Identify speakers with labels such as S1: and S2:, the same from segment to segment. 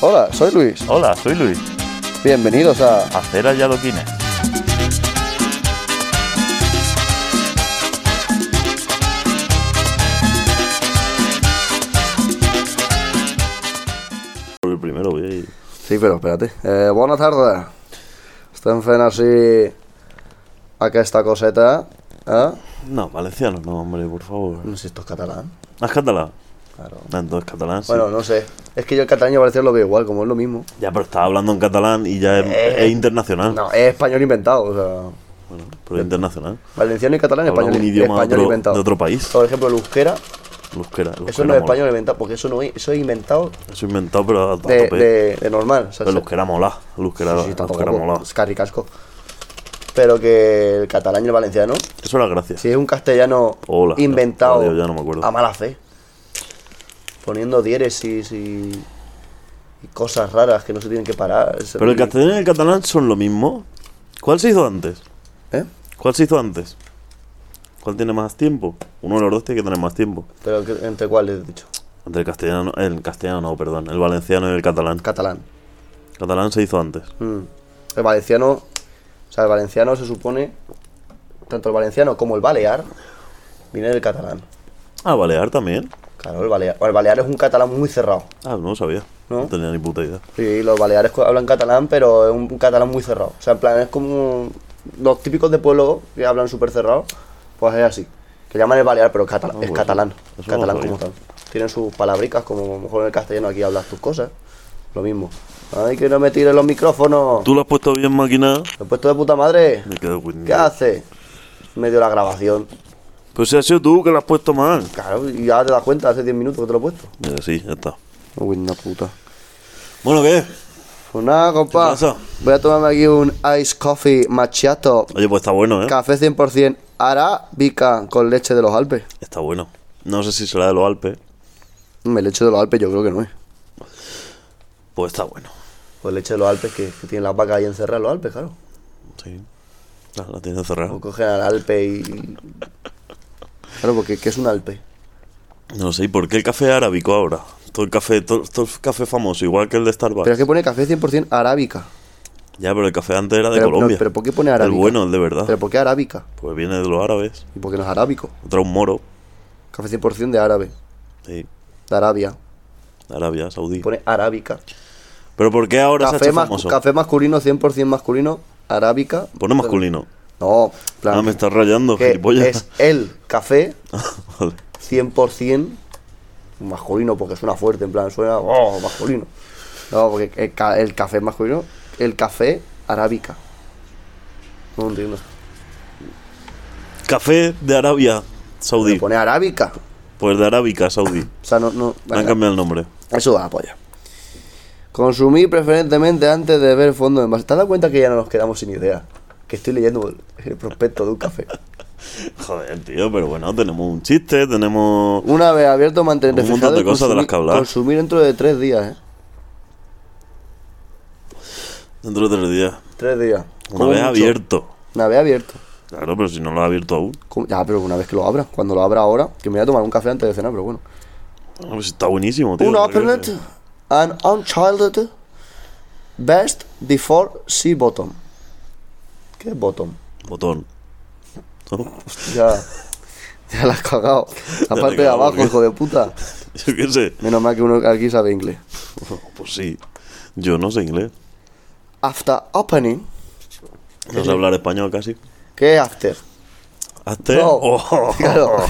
S1: Hola, soy Luis.
S2: Hola, soy Luis.
S1: Bienvenidos a
S2: Hacer allá adoquines. Por el primero voy a ir.
S1: Sí, però espera't. Eh, bona tarda. Estem fent així aquesta coseta, eh?
S2: No, valenciano, no, hombre, por favor.
S1: No sé si esto es catalán.
S2: ¿No es catalán?
S1: Claro.
S2: Entonces catalán, sí.
S1: Bueno, no sé. Es que yo el catalán y el valenciano lo veo igual, como es lo mismo.
S2: Ya, pero estaba hablando en catalán y ya es,
S1: Eh.
S2: es internacional.
S1: No, es español inventado, o sea...
S2: Bueno, pero es internacional.
S1: Valenciano y catalán,
S2: Habla
S1: español,
S2: un idioma
S1: español
S2: otro-
S1: inventado.
S2: de otro país.
S1: Por ejemplo, el euskera,
S2: Euskera,
S1: eso
S2: euskera
S1: no es
S2: mola.
S1: español inventado, porque eso no es, eso es inventado
S2: Eso inventado, pero a, a
S1: de,
S2: tope.
S1: de- de normal. O sea,
S2: Pero el
S1: se-
S2: euskera mola. El euskera,
S1: sí, sí,
S2: el
S1: tampoco,
S2: euskera mola.
S1: es carricasco. Pero que el catalán y el valenciano,
S2: Eso era gracia.
S1: si es un castellano
S2: Hola, ya-
S1: inventado
S2: adiós, ya no me acuerdo.
S1: a mala fe, poniendo diéresis y, y cosas raras que no se tienen que parar. es-
S2: Pero el castellano y el catalán son lo mismo. ¿Cuál se hizo antes?
S1: ¿Eh?
S2: ¿Cuál se hizo antes? ¿Cuál tiene más tiempo? Uno de los dos tiene que tener más tiempo.
S1: Pero que- entre cuáles he dicho?
S2: Entre el castellano, el castellano no, perdón, el valenciano y el catalán.
S1: Catalán.
S2: El catalán se hizo antes.
S1: Mm. El valenciano, o sea, el valenciano se supone, tanto el valenciano como el balear, viene del catalán.
S2: Ah, Balear también.
S1: Claro, el balear, el balear es un catalán muy cerrado.
S2: Ah, no lo sabía.
S1: No.
S2: No, tenía ni puta idea.
S1: Sí, los baleares cu- hablan catalán, pero es un catalán muy cerrado. O sea, en plan, es como los típicos de pueblo que hablan súper cerrado, pues es así. Que llaman el balear, pero es, catala-
S2: Ah,
S1: es
S2: pues
S1: catalán.
S2: eso- eso no
S1: catalán
S2: lo
S1: como
S2: sabía.
S1: tal. Tienen sus palabricas, como a lo mejor en el castellano aquí hablas tus cosas. Lo mismo. Ay, que no me tires los micrófonos.
S2: ¿Tú lo has puesto bien maquinada?
S1: Lo he puesto de puta madre.
S2: Me quedo con-
S1: ¿Qué hace? Medio la grabación.
S2: Pues si ha sido tú que lo has puesto mal.
S1: Claro, y ya te das cuenta hace 10 minutos que te lo he puesto.
S2: Eh, sí, ya está.
S1: Uy, una puta.
S2: Bueno, ¿qué?
S1: Pues nada, compa.
S2: ¿Qué pasa?
S1: Voy a tomarme aquí un ice coffee machiato
S2: Oye, pues está bueno, ¿eh?
S1: Café 100% arábica con leche de los Alpes.
S2: Está bueno. No sé si será de los Alpes.
S1: Me leche de los Alpes yo creo que no es.
S2: Pues está bueno.
S1: Pues leche de los Alpes que, que tienen las vacas ahí encerradas en los Alpes, claro.
S2: Sí. La, la tienes
S1: O
S2: cerrada.
S1: cogen al Alpe y... Claro, porque ¿qué es un Alpe?
S2: No sé, ¿y por qué el café arábico ahora? Todo el café, todo, todo el café famoso, igual que el de Starbucks.
S1: Pero es que pone café 100% arábica.
S2: Ya, pero el café antes era de
S1: Pero, no,
S2: Colombia.
S1: pero ¿por qué pone arábica?
S2: El bueno, el de verdad.
S1: ¿Pero por qué arábica?
S2: Pues viene de los árabes.
S1: ¿Y por qué no es arábico?
S2: Otra un moro.
S1: Café 100% de árabe.
S2: Sí,
S1: De Arabia.
S2: de Arabia Saudí.
S1: Pone arábica.
S2: Pero ¿por qué ahora se
S1: Pues-
S2: ha
S1: Café,
S2: hecho
S1: mas-
S2: famoso?
S1: café masculino, 100% masculino, arábica.
S2: Pone masculino.
S1: No, en plan,
S2: Ah, me estás rayando,
S1: que
S2: gilipollas.
S1: es el café
S2: vale.
S1: 100% masculino, porque suena fuerte, en plan, suena oh, masculino. No, porque el, ca- el café masculino, el café arábica. No lo entiendo.
S2: Café de Arabia
S1: Le
S2: Saudí.
S1: pone arábica.
S2: Pues de Arábica Saudí.
S1: O sea, no. no
S2: Le han cambiado el nombre.
S1: eso da la polla. Consumir preferentemente antes de ver fondo de envase. ¿Te has dado cuenta que ya no nos quedamos sin idea? Que estoy leyendo el, el prospecto de un café.
S2: Joder, tío, pero bueno, tenemos un chiste, tenemos.
S1: Una vez abierto, mantener
S2: Un montón
S1: refrigerado
S2: de
S1: y
S2: cosas de las
S1: consumir-
S2: que hablar.
S1: Consumir dentro de tres días, ¿eh?
S2: Dentro de tres días.
S1: Tres días.
S2: Una
S1: Como
S2: vez
S1: mucho.
S2: abierto.
S1: Una vez abierto.
S2: Claro, pero si no lo ha abierto aún.
S1: ¿Cómo? Ya, pero una vez que lo abra, cuando lo abra ahora, que me voy a tomar un café antes de cenar, pero bueno.
S2: Bueno, pues está buenísimo, tío.
S1: Un
S2: ¿por qué?
S1: opponent, an unchilded, best before sea bottom. ¿Qué es bottom?
S2: Botón. ¿No?
S1: Ya, ya la has cagado. La
S2: la he
S1: parte de
S2: cagado,
S1: abajo,
S2: porque-
S1: hijo de puta.
S2: Yo qué sé.
S1: Menos mal que uno aquí sabe inglés.
S2: Pues sí. Yo no sé inglés.
S1: After opening,
S2: No sé hablar español casi.
S1: ¿qué es after?
S2: Hazte.
S1: No,
S2: Oh.
S1: claro.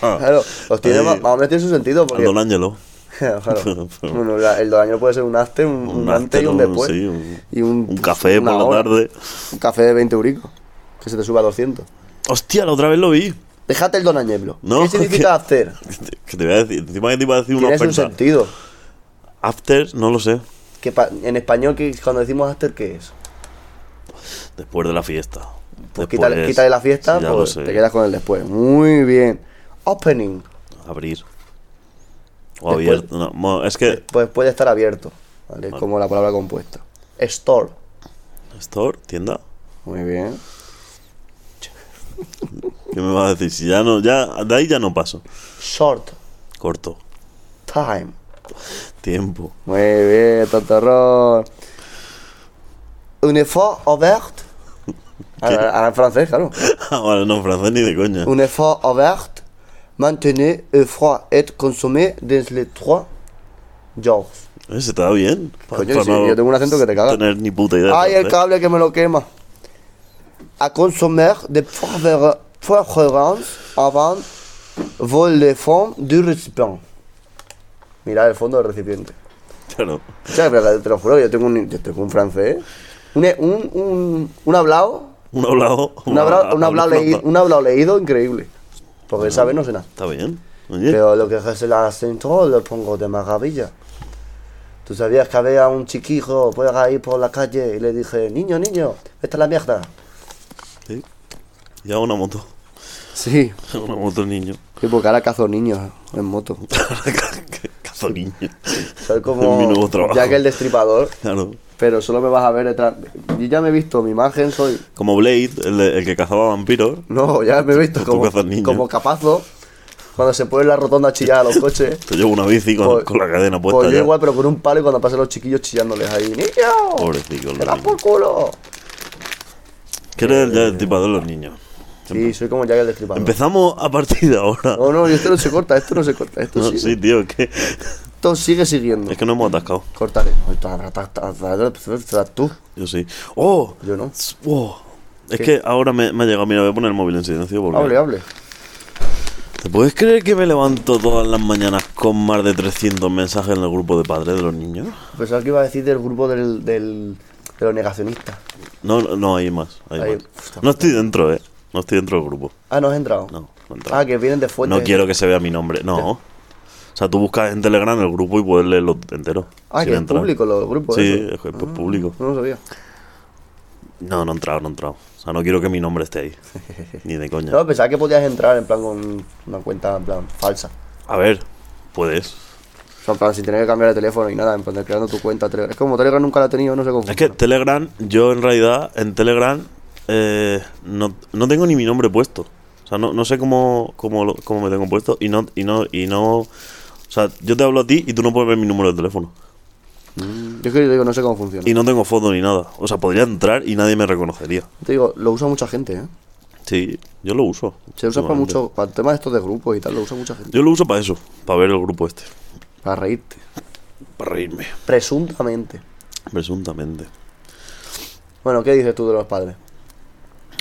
S1: Claro, los tiene,
S2: Ahí.
S1: más más o menos tiene su sentido
S2: Al
S1: porque...
S2: Don Ángelo.
S1: claro. Bueno, la- el dodaño puede ser un after, un, un
S2: Un
S1: antes y
S2: after,
S1: un
S2: un-
S1: después.
S2: sí, un-
S1: y un,
S2: un café
S1: una
S2: por la
S1: hora.
S2: tarde.
S1: Un café de 20 euricos. Que se te suba a 200.
S2: Hostia, la otra vez lo vi.
S1: Déjate el donañeblo.
S2: No,
S1: ¿Qué significa after?
S2: Que te voy a decir. Encima que te iba a decir una
S1: Tiene su
S2: oferta.
S1: sentido.
S2: After, no lo sé.
S1: Que pa- en español, que cuando decimos after, ¿qué es?
S2: Después de la fiesta.
S1: Pues
S2: Después-
S1: quítale, quítale la fiesta,
S2: Sí, ya lo
S1: pues
S2: sé.
S1: te quedas con el después. Muy bien. Opening.
S2: Abrir. O
S1: Después-
S2: abierto. no, mo- es que.
S1: Pues puede estar abierto. ¿vale? Como la palabra compuesta. Store.
S2: Store, tienda.
S1: Muy bien.
S2: ¿Qué me vas a decir? Si ya no. ya De ahí ya no paso.
S1: Short
S2: Corto.
S1: time.
S2: Tiempo.
S1: Muy bien, tontorrón. Une effort overt. Ahora, ahora en francés, claro.
S2: Ahora no, francés ni de coña.
S1: Un effort overt. Maintenez le froid et consommé dans les trois jours.
S2: Eh, Se te da bien. Pa-
S1: Coño,
S2: pa
S1: sí, yo tengo un acento que te caga.
S2: tener ni puta idea. de
S1: Ay, el
S2: francés.
S1: cable que me lo quema. A consommer de préfé- préférence avant vol le fond du récipient. Mirad el fondo del recipiente.
S2: Claro.
S1: O sea, pero te lo juro, yo tengo un, yo tengo un francés. Un, un, un, un hablado.
S2: Un hablado.
S1: Un hablado, un hablado leído, un hablado leído increíble. Porque sabe no sé nada.
S2: Está bien. Oye,
S1: Pero lo que es el acento lo pongo de maravilla. Tú sabías que había un chiquijo por ahí por la calle y le dije, niño, niño, esta es la mierda.
S2: sí. Y hago una moto.
S1: Sí.
S2: Hago una moto niño.
S1: Sí, porque ahora cazo niños en moto.
S2: Cazo niño.
S1: Soy
S2: Es mi
S1: como
S2: nuevo trabajo.
S1: ya que el destripador,
S2: Claro.
S1: pero solo me vas a ver detrás. Yo ya me he visto, mi imagen soy.
S2: Como Blade, el, de- el que cazaba vampiros.
S1: No, ya me he visto
S2: Tú
S1: como,
S2: cazas niños.
S1: como capazo. Cuando se pone en la rotonda a chillar a los coches.
S2: Te llevo una bici con,
S1: Pues-
S2: con la cadena puesta.
S1: Pues yo
S2: ya.
S1: igual, pero con un palo y cuando pasen los chiquillos chillándoles ahí. ¡Niño!
S2: Pobrecito, los
S1: ¡Te das
S2: niños.
S1: por culo!
S2: Que eres ya el tipo de los niños.
S1: Sí, soy como Jack el Destripador.
S2: Empezamos a partir de ahora.
S1: No, no, y esto no se corta, esto no se corta, esto
S2: No,
S1: sigue.
S2: sí, tío, es que,
S1: Esto sigue siguiendo.
S2: es que no hemos atascado.
S1: Cortaré. Tú.
S2: Yo sí. ¡Oh!
S1: Yo no.
S2: S- ¡Oh! Es que ahora me, me ha llegado. Mira, voy a poner el móvil en silencio. Porque
S1: Hable, hable.
S2: ¿Te puedes creer que me levanto todas las mañanas con más de 300 mensajes en el grupo de padres de los niños?
S1: Pensaba que iba a decir del grupo del, del, de los negacionistas.
S2: No, no, no, hay más. hay
S1: Ahí.
S2: más. No estoy dentro, ¿eh? No estoy dentro del grupo.
S1: Ah, ¿no has entrado?
S2: No, no he entrado.
S1: Ah, que vienen de fuentes.
S2: No quiero que se vea mi nombre. No. O sea, tú buscas en Telegram el grupo y puedes leerlo entero.
S1: Ah,
S2: sin
S1: que es
S2: entrar.
S1: público los grupos.
S2: Sí,
S1: esos.
S2: es que es público.
S1: No lo sabía.
S2: No, no he entrado, no he entrado. O sea, no quiero que mi nombre esté ahí. Ni de coña.
S1: No, pensaba que podías entrar en plan con una cuenta en plan falsa.
S2: A ver, puedes.
S1: O sea, en plan, sin tener que cambiar de teléfono y nada, en plan, de creando tu cuenta. Telegram. Es que como Telegram nunca la he tenido, no sé cómo.
S2: Es que Telegram, yo en realidad en Telegram eh, no, no tengo ni mi nombre puesto. O sea, no, no sé cómo, cómo, lo- cómo me tengo puesto y no, y no, y no. O sea, yo te hablo a ti y tú no puedes ver mi número de teléfono.
S1: Mm, Yo es que yo digo, no sé cómo funciona.
S2: Y no tengo foto ni nada. O sea, podría entrar y nadie me reconocería.
S1: Te digo, lo usa mucha gente, ¿eh?
S2: Sí, yo lo uso.
S1: Se usa para
S2: últimamente.
S1: mucho, para el tema de estos de grupos y tal, lo usa mucha gente.
S2: Yo lo uso para eso, para ver el grupo este.
S1: Para reírte.
S2: Para reírme.
S1: Presuntamente.
S2: Presuntamente.
S1: Bueno, ¿qué dices tú de los padres?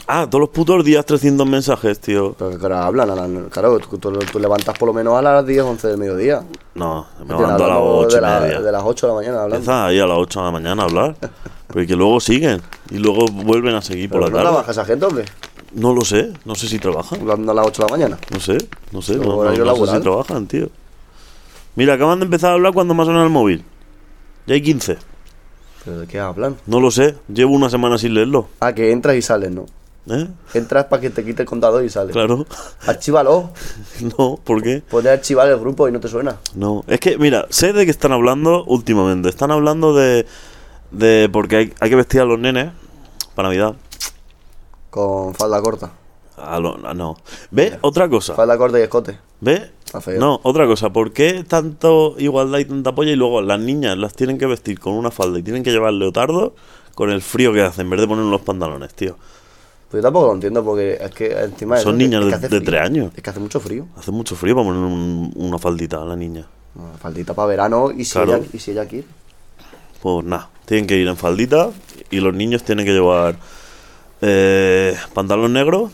S2: Ah, todos los putos días 300 mensajes, tío.
S1: Pero Pues que claro, hablan, a la- claro, tú, tú- tú levantas por lo menos a las 10, 11 del mediodía.
S2: No, me
S1: Te
S2: levanto a las
S1: hablan
S2: 8
S1: de,
S2: y
S1: la-
S2: media.
S1: de las 8 de la mañana hablando.
S2: Empieza ahí a las 8 de la mañana a hablar. Porque luego siguen. Y luego vuelven a seguir por
S1: Pero
S2: la
S1: no
S2: tarde.
S1: trabaja esa gente, hombre,
S2: No lo sé. No sé si trabajan.
S1: hablando a las 8 de la mañana.
S2: No sé. No sé.
S1: Pero
S2: No,
S1: horario
S2: no- no sé
S1: laboral.
S2: si trabajan, tío. Mira, acaban de empezar a hablar cuando me ha sonado el móvil. Ya hay 15.
S1: ¿Pero de qué hablan?
S2: No lo sé. Llevo una semana sin leerlo.
S1: Ah, que entras y sales, ¿no?
S2: ¿Eh?
S1: Entras para que te quite el contador y sales.
S2: Claro.
S1: Archívalo.
S2: No, ¿por qué?
S1: Poner archivar el grupo y no te suena.
S2: No, es que, mira, sé de qué están hablando últimamente. Están hablando de. de porque hay, hay que vestir a los nenes para Navidad.
S1: Con falda corta.
S2: A lo- a- no. ¿Ve? Otra cosa.
S1: Falda corta y escote.
S2: ¿Ve?
S1: Está feo.
S2: No, otra cosa. ¿Por qué tanto igualdad y tanta polla y luego las niñas las tienen que vestir con una falda y tienen que llevar leotardo con el frío que hace en vez de poner unos pantalones, tío?
S1: Pues yo tampoco lo entiendo porque es que encima de
S2: Son
S1: eso, es-
S2: niñas
S1: es que
S2: de-
S1: hace
S2: de
S1: frío.
S2: tres años.
S1: Es que hace mucho frío.
S2: Hace mucho frío para poner un- una faldita a la niña.
S1: Una Faldita para verano y si,
S2: Claro.
S1: ella, y si ella quiere.
S2: Pues nada, tienen que ir en faldita y los niños tienen que llevar eh, pantalón negro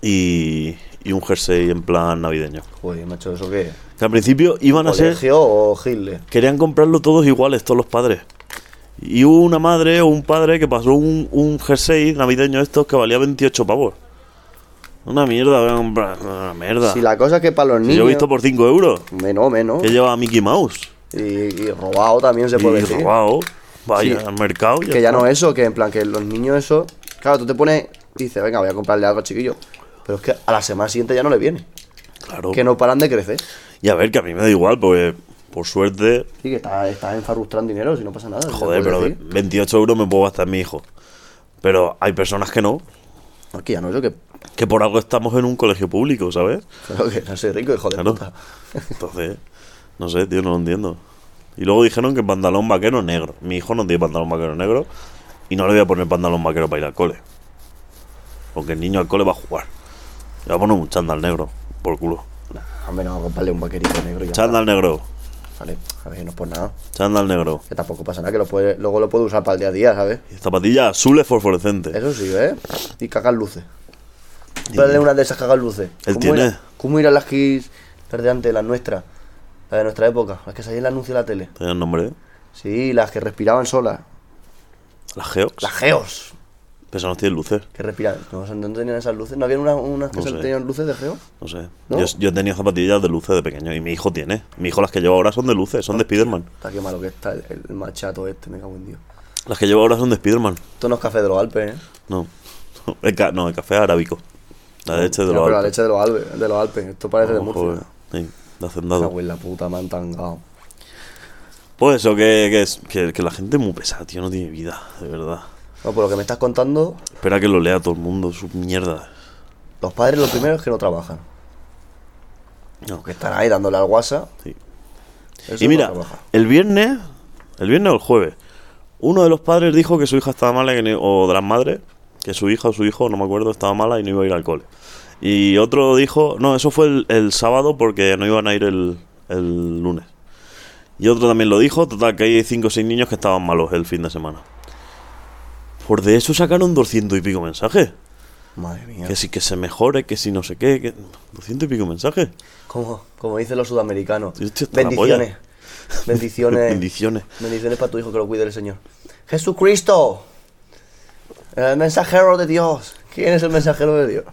S2: y, y un jersey en plan navideño.
S1: Joder, macho, ¿eso qué?
S2: Que al principio iban a ser...
S1: ¿Colegio o Hitler?
S2: Querían comprarlo todos iguales, todos los padres. Y hubo una madre o un padre que pasó un, un jersey navideño estos que valía 28 pavos. Una mierda, voy a comprar una mierda.
S1: Si la cosa es que para los
S2: Si
S1: niños...
S2: Ah. yo he visto por 5 euros
S1: Menos, menos.
S2: que lleva a Mickey Mouse.
S1: Y, y robado también se
S2: Y
S1: puede decir.
S2: robado, vaya
S1: Sí.
S2: al mercado. y ya
S1: Que ya
S2: está.
S1: no eso, que en plan que los niños eso... Claro, tú te pones... Dices, venga, voy a comprarle algo al chiquillo. Pero es que a la semana siguiente ya no le viene.
S2: Claro.
S1: Que no paran de crecer.
S2: Y a ver, que a mí me da igual, porque por suerte,
S1: Sí, que estás está enfarrustrando dinero si no pasa nada. se puede
S2: joder, pero
S1: decir.
S2: 28 euros me puedo gastar en mi hijo. Pero hay personas que no,
S1: No, es que ya no, yo que...
S2: que por algo estamos en un colegio público, ¿sabes?
S1: Claro que no soy rico, hijo de
S2: Claro.
S1: puta.
S2: Entonces, No sé, tío, no lo entiendo. Y luego dijeron que pantalón vaquero negro. Mi hijo no tiene pantalón vaquero negro y no le voy a poner pantalón vaquero para ir al cole. Porque el niño al cole va a jugar. Le voy a poner un chándal negro, por culo.
S1: Nah, hombre, no, comprarle un vaquerito negro. y Ya
S2: Chándal negro,
S1: está. Vale, a ver, no por nada.
S2: chándal negro.
S1: Que tampoco pasa nada, que lo puede, luego lo puedo usar para el día a día, ¿sabes?
S2: Y zapatilla azules fosforescentes.
S1: Eso sí, ¿eh? Y cagar luces. Dale una de esas cagar luces.
S2: Él
S1: ¿Cómo
S2: tiene.
S1: era- ¿Cómo eran las que las de antes, las nuestras? Las de nuestra época, las que salían en el anuncio de la tele.
S2: Tenía el nombre, ¿eh?
S1: Sí, las que respiraban solas.
S2: Las geos.
S1: Las geos.
S2: Pero eso no tiene luces.
S1: Que respiraban. No, o sea, no tenían esas luces. ¿No había unas, unas que
S2: No
S1: se-
S2: sé.
S1: tenían luces de geo?
S2: No sé.
S1: ¿No?
S2: Yo, yo tenía zapatillas de luces de pequeño y mi hijo tiene. Mi hijo las que llevo ahora son de luces, son de Spiderman.
S1: Está qué malo que está el, el machato este, me cago en Dios.
S2: Las que llevo ahora son de Spiderman.
S1: Esto no es café de los Alpes, ¿eh?
S2: No. El ca- no, el café arábico. La leche de
S1: No, Ah,
S2: los
S1: pero la
S2: Alpes.
S1: leche de los Alpes, de los Alpes. Esto parece de
S2: Oh,
S1: Murcia.
S2: joder. Sí, de
S1: Me
S2: hacendado.
S1: cago en la puta, me han tangado.
S2: Pues eso, que, que, es- que, que la gente es muy pesada, tío, no tiene vida, de verdad.
S1: No, por lo que me estás contando,
S2: Espera que lo lea todo el mundo, su mierda.
S1: los padres los primeros que no trabajan.
S2: No,
S1: Que están ahí dándole al WhatsApp.
S2: sí.
S1: eso
S2: Y
S1: no
S2: mira,
S1: trabaja.
S2: el viernes, el viernes o el jueves, uno de los padres dijo que su hija estaba mala, que ni- o de las madres, que su hija o su hijo, no me acuerdo, estaba mala y no iba a ir al cole. Y otro dijo, no, eso fue el, el sábado porque no iban a ir el, el lunes. Y otro también lo dijo, total, que hay cinco o seis niños que estaban malos el fin de semana. Por de eso sacaron 200 y pico mensajes.
S1: Madre mía.
S2: Que si que se mejore, que si no sé qué, que... 200 y pico mensajes.
S1: Como, como dicen los sudamericanos.
S2: Yo estoy hasta la polla.
S1: Bendiciones. Bendiciones.
S2: Bendiciones.
S1: Bendiciones para tu hijo que lo cuide el Señor. Jesucristo. El mensajero de Dios. ¿Quién es el mensajero de Dios?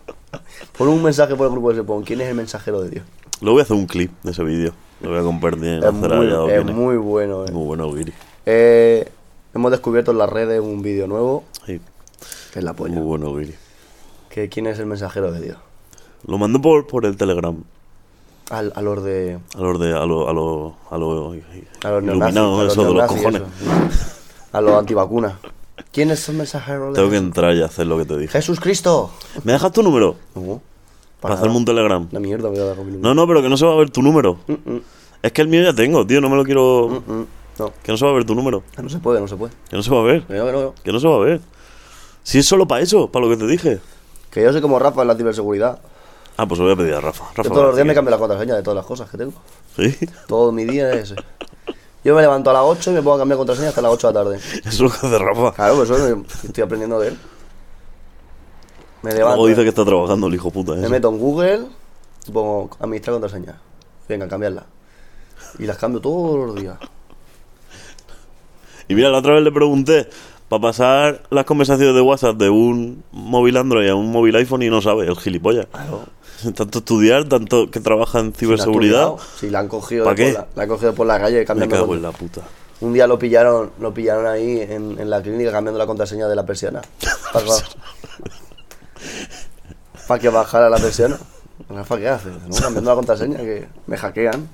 S1: Pon un mensaje por el grupo de Sepón. ¿Quién es el mensajero de Dios?
S2: Luego voy a hacer un clip de ese vídeo. Lo voy a compartir
S1: Es
S2: en hacer
S1: muy,
S2: allá o
S1: es
S2: viene.
S1: muy bueno. eh.
S2: Muy bueno, Guiri.
S1: Eh, hemos descubierto en las redes un vídeo nuevo.
S2: Sí,
S1: Que es la polla.
S2: muy bueno, Guiri.
S1: Que quién es el mensajero de Dios.
S2: Lo mando por, por el Telegram.
S1: Al, a los de.
S2: A los de. A los. A los. A los.
S1: A los neonazis.
S2: iluminados,
S1: a los
S2: eso de los
S1: neonazis,
S2: cojones.
S1: eso. A los antivacunas. ¿Quién es el mensajero de
S2: Tengo que
S1: Dios?
S2: entrar y hacer lo que te dije.
S1: Jesús Cristo.
S2: ¿Me dejas tu número?
S1: No.
S2: Para hacerme un Telegram.
S1: Una mierda voy a dar con mi número.
S2: No, no, pero que no se va a ver tu número.
S1: Mm,
S2: Es que el mío ya tengo, tío. No me lo quiero.
S1: mm, mm, No.
S2: Que no se va a ver tu número.
S1: No se puede, no se puede.
S2: Que no se va a ver.
S1: Que no, que no, que no.
S2: Que no se va a ver. Si es solo para eso, para lo que te dije.
S1: Que yo soy como Rafa en la ciberseguridad.
S2: Ah, pues lo voy a pedir a Rafa. Rafa
S1: Yo todos los días me
S2: García.
S1: cambio la contraseña de todas las cosas que tengo.
S2: Sí.
S1: Todo mi día es ese. Yo me levanto a las 8 y me pongo a cambiar contraseña hasta las 8 de la tarde.
S2: Eso es lo que hace Rafa.
S1: Claro, pues eso es- estoy aprendiendo de él. Me levanto,
S2: Luego dice que está trabajando el hijo puta.
S1: me
S2: ese.
S1: meto en Google y pongo administrar contraseña. Venga, cambiarla. Y las cambio todos los días.
S2: Y mira, la otra vez le pregunté para pasar las conversaciones de WhatsApp de un móvil Android a un móvil iPhone y no sabe, el gilipollas.
S1: Claro.
S2: Tanto estudiar, tanto que trabaja en
S1: Si la han
S2: ciberseguridad.
S1: tuneado, Si la han cogido,
S2: ¿Pa
S1: de
S2: qué?
S1: por la, la han cogido por la calle
S2: Me
S1: cambiando
S2: cago
S1: contraseña.
S2: en la puta.
S1: Un día lo pillaron, lo pillaron ahí en, en la clínica cambiando la contraseña de la persiana. Para, para que bajara la persiana. Rafa, ¿qué haces? No, cambiando la contraseña, que me hackean.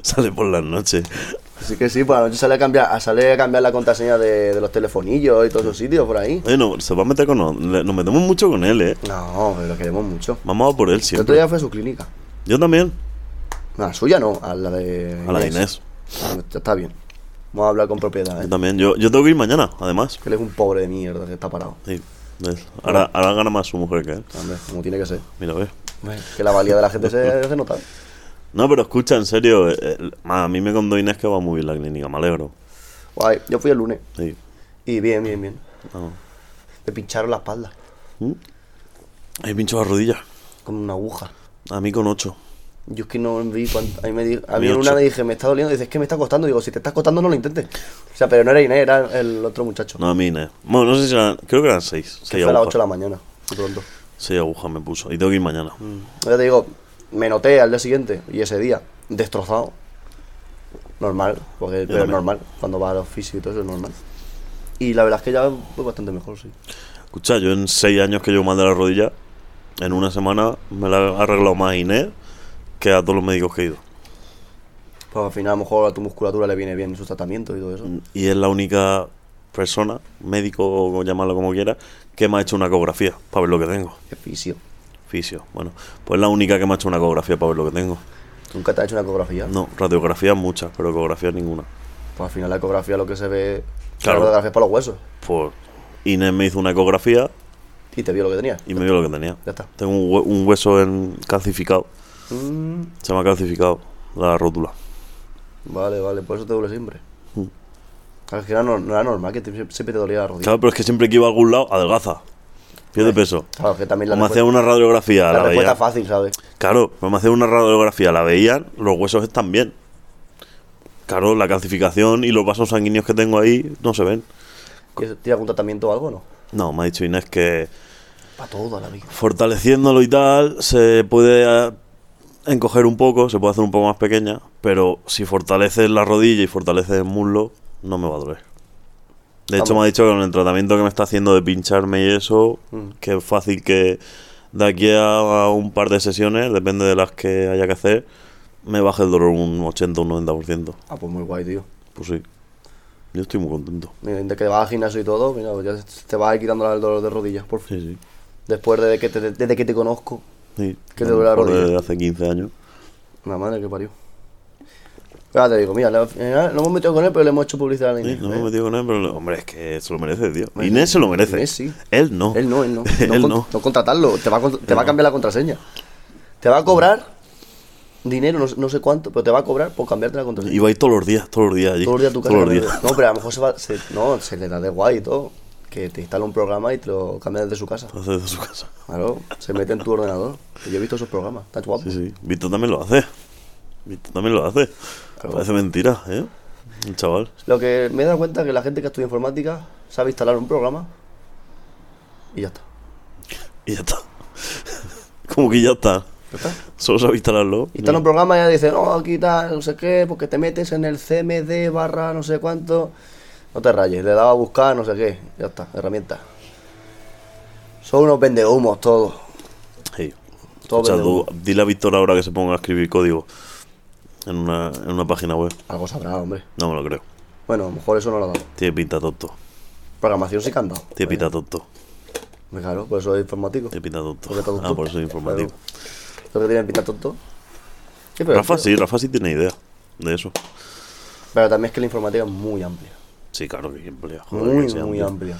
S2: Sale por las noches.
S1: Así que sí, por la noche sale a cambiar, a- sale a cambiar la contraseña de, de los telefonillos y todos esos sitios por ahí.
S2: Oye, no, se va a meter con nos. le- Nos metemos mucho con él, eh.
S1: No, pero lo queremos mucho.
S2: Vamos a por él
S1: El otro
S2: siempre.
S1: día fue a su clínica.
S2: Yo también.
S1: No, a la suya no, a la de
S2: A la de Inés.
S1: Está bien. Vamos a hablar con propiedad,
S2: Yo
S1: ¿eh?
S2: también. Yo, yo tengo que ir mañana, además.
S1: Que él es un pobre de mierda que está parado.
S2: Sí. ¿Ves? Ahora, ahora gana más su mujer que él.
S1: Hombre, como tiene que ser.
S2: Mira, ve.
S1: Que la valía de la gente se hace notar.
S2: No, pero escucha, en serio. eh, eh, ma, a mí me contó Inés que va muy bien la clínica, me alegro.
S1: Guay, yo fui el lunes.
S2: Sí.
S1: Y bien, bien, bien.
S2: Vamos.
S1: Me pincharon la espalda
S2: ¿Mm? He pinchado la rodilla.
S1: con una aguja.
S2: A mí con 8.
S1: Yo es que no vi cuánto. A mí, me di- a mí
S2: Mi
S1: una
S2: ocho.
S1: me dije, me está doliendo. Dice, es que me está costando. Digo, si te está costando, no lo intentes. O sea, pero no era Inés, era el otro muchacho.
S2: No, a mí, no. Bueno, no sé si eran. Creo que eran 6.
S1: que
S2: 6
S1: fue a las 8 de
S2: agujas.
S1: la mañana, muy pronto.
S2: 6 agujas me puso. Y tengo que ir mañana.
S1: Yo te digo, me noté al día siguiente y ese día, destrozado. Normal, porque pero es
S2: también.
S1: normal. Cuando vas a los físicos y todo eso es normal. Y la verdad es que ya voy bastante mejor, sí.
S2: Escucha, yo en 6 años que llevo mal de la rodilla, en una semana me la ha arreglado más Inés que a todos los médicos que he ido.
S1: Pues al final, a lo mejor a tu musculatura le viene bien sus tratamientos y todo eso.
S2: Y es la única persona, médico o llamarlo como quiera, que me ha hecho una ecografía para ver lo que tengo.
S1: Qué fisio.
S2: Fisio. Bueno, pues es la única que me ha hecho una ecografía para ver lo que tengo.
S1: ¿Nunca te has hecho una ecografía?
S2: No, radiografías muchas, pero ecografías ninguna.
S1: Pues al final la ecografía lo que se ve.
S2: Claro.
S1: La ecografía es para los huesos.
S2: Pues Inés me hizo una ecografía
S1: Y te vio lo que tenía.
S2: y me vio lo que tenía.
S1: Ya está.
S2: Tengo un, hue- un hueso en calcificado.
S1: Mm,
S2: Se me ha calcificado la rótula.
S1: vale, vale, por eso te duele siempre.
S2: Mm.
S1: Al final no, no era normal que te- siempre te dolía la rodilla.
S2: Claro, pero es que siempre que iba a algún lado, adelgaza. Pierde peso.
S1: Claro, que también la,
S2: O me hacían
S1: respuesta,
S2: una radiografía,
S1: la
S2: la,
S1: respuesta
S2: veían.
S1: es fácil, ¿sabes?
S2: Claro, me hacían una radiografía, la veían, los huesos están bien. Claro, la calcificación y los vasos sanguíneos que tengo ahí no se ven.
S1: ¿Y eso, ¿Tiene algún tratamiento o algo o no?
S2: No, me ha dicho Inés que
S1: Para todo, la vida.
S2: fortaleciéndolo y tal, se puede eh, encoger un poco, se puede hacer un poco más pequeña, pero si fortaleces la rodilla y fortaleces el muslo, no me va a doler. De hecho,
S1: Vamos.
S2: me ha dicho que con el tratamiento que me está haciendo de pincharme y eso,
S1: Mm.
S2: que es fácil que de aquí a un par de sesiones, depende de las que haya que hacer, me baje el dolor un 80 o un 90%.
S1: Ah, pues muy guay, tío.
S2: Pues sí, yo estoy muy contento.
S1: Mira, de que vas al gimnasio y todo, mira, pues ya te vas a ir quitando el dolor de rodillas, por fin.
S2: Sí, sí.
S1: Después de que te, desde que te conozco,
S2: sí.
S1: ¿Qué te duele la
S2: Por de-
S1: rodilla?
S2: hace 15 años.
S1: la madre que parió. Ya te digo, mira, al final no hemos metido con él, pero le hemos hecho publicidad a la
S2: Sí,
S1: Inés,
S2: no me
S1: ¿eh?
S2: he metido con él, pero hombre, es que se lo merece, tío. Inés se lo merece.
S1: Inés sí.
S2: Él no.
S1: Él no, él no. No,
S2: él
S1: con-
S2: no.
S1: no contratarlo, te va a, con- te va a cambiar la contraseña. Te va a cobrar dinero, no, no sé cuánto, pero te va a cobrar por cambiarte la contraseña.
S2: Iba a ir todos los días, todos los días allí.
S1: Todos los días tu casa.
S2: Todos los
S1: cambia-
S2: días.
S1: No, pero a lo mejor se, va, se- no, se le da de guay y todo. Que te instala un programa y te lo cambia desde su casa.
S2: Lo hace desde su casa.
S1: Claro, se mete en tu ordenador. Que Yo he visto esos programas, está guapo.
S2: Sí, sí. Víctor también lo hace. Víctor también lo hace.
S1: Claro.
S2: Parece mentira, ¿eh? El chaval.
S1: Lo que me he dado cuenta es que la gente que estudia informática sabe instalar un programa y ya está.
S2: Y ya está. Como que ya está.
S1: ¿Ya está?
S2: Solo sabe instalarlo. Mm.
S1: Instala un programa y ya dice, no, aquí tal, no sé qué, porque te metes en el CMD barra no sé cuánto. No te rayes, le daba a buscar, no sé qué. Ya está, herramienta. Son unos vendehumos todos.
S2: Sí.
S1: Todo
S2: Escucha,
S1: vendehumos.
S2: tú, dile a Víctor ahora que se ponga a escribir código en una, en una página web.
S1: Algo sabrá, hombre.
S2: No me lo creo.
S1: Bueno, a lo mejor eso no lo ha dado.
S2: Tiene pinta tonto.
S1: Programación sí que han dado.
S2: Tiene pinta tonto.
S1: Me claro, por eso es informático.
S2: Tiene pinta tonto.
S1: Porque está tonto.
S2: Ah, por eso es informativo.
S1: Lo que tienen pinta tonto. Sí, pero,
S2: Rafa sí, Rafa sí tiene idea de eso.
S1: pero también es que la informática es muy amplia.
S2: Sí, claro que emplea.
S1: muy, muy amplia.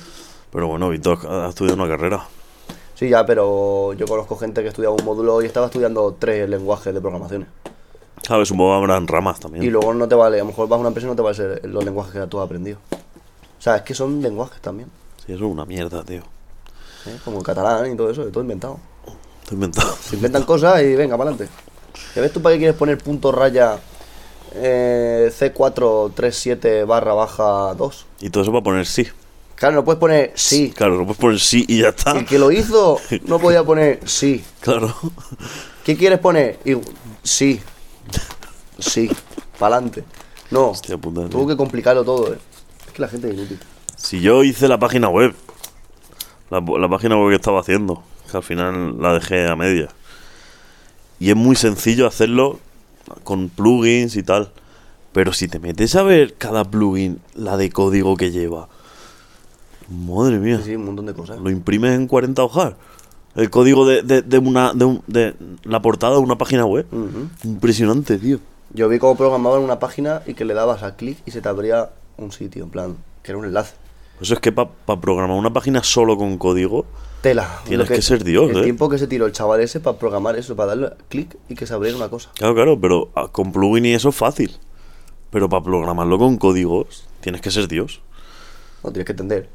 S2: Pero bueno, Víctor ha ha estudiado una carrera.
S1: Sí, ya, pero yo conozco gente que estudiaba un módulo y estaba estudiando tres lenguajes de programaciones.
S2: Sabes, supongo que habrán ramas también.
S1: Y luego no te vale, a lo mejor vas a una empresa y no te vale ser los lenguajes que tú has aprendido. O sea, es que son lenguajes también.
S2: Sí, eso es una mierda, tío.
S1: ¿eh? Como el catalán y todo eso, todo inventado.
S2: Estoy inventado.
S1: Se inventan cosas y venga, para adelante. ¿Ya ves tú para qué quieres poner punto raya eh, C437 barra baja 2?
S2: Y todo eso para poner sí.
S1: Claro, no puedes poner sí.
S2: Claro, lo puedes poner sí y ya está.
S1: El que lo hizo no podía poner sí.
S2: Claro.
S1: ¿Qué quieres poner? Y- sí. Sí. Para adelante. No.
S2: Hostia puta, tío.
S1: Tuvo que complicarlo todo, eh. Es que la gente es inútil.
S2: Si yo hice la página web, la, la página web que estaba haciendo, que al final la dejé a media. Y es muy sencillo hacerlo con plugins y tal. Pero si te metes a ver cada plugin, la de código que lleva. Madre mía.
S1: Sí, sí, un montón de cosas.
S2: Lo imprimes en 40 hojas. El código de, de, de una, de, un- de la portada de una página web.
S1: Ujú.
S2: Impresionante, tío.
S1: Yo vi cómo programaban una página y que le dabas a clic y se te abría un sitio, en plan, que era un enlace.
S2: Eso es que para programar una página solo con código,
S1: Tela.
S2: Tienes
S1: Lo
S2: que ser Dios,
S1: El
S2: eh.
S1: tiempo que se tiró el chaval ese para programar eso, para darle clic y que se abriera una cosa.
S2: claro, claro, pero ah, con plugin y eso es fácil. Pero para programarlo con códigos, tienes que ser Dios.
S1: No tienes que entender.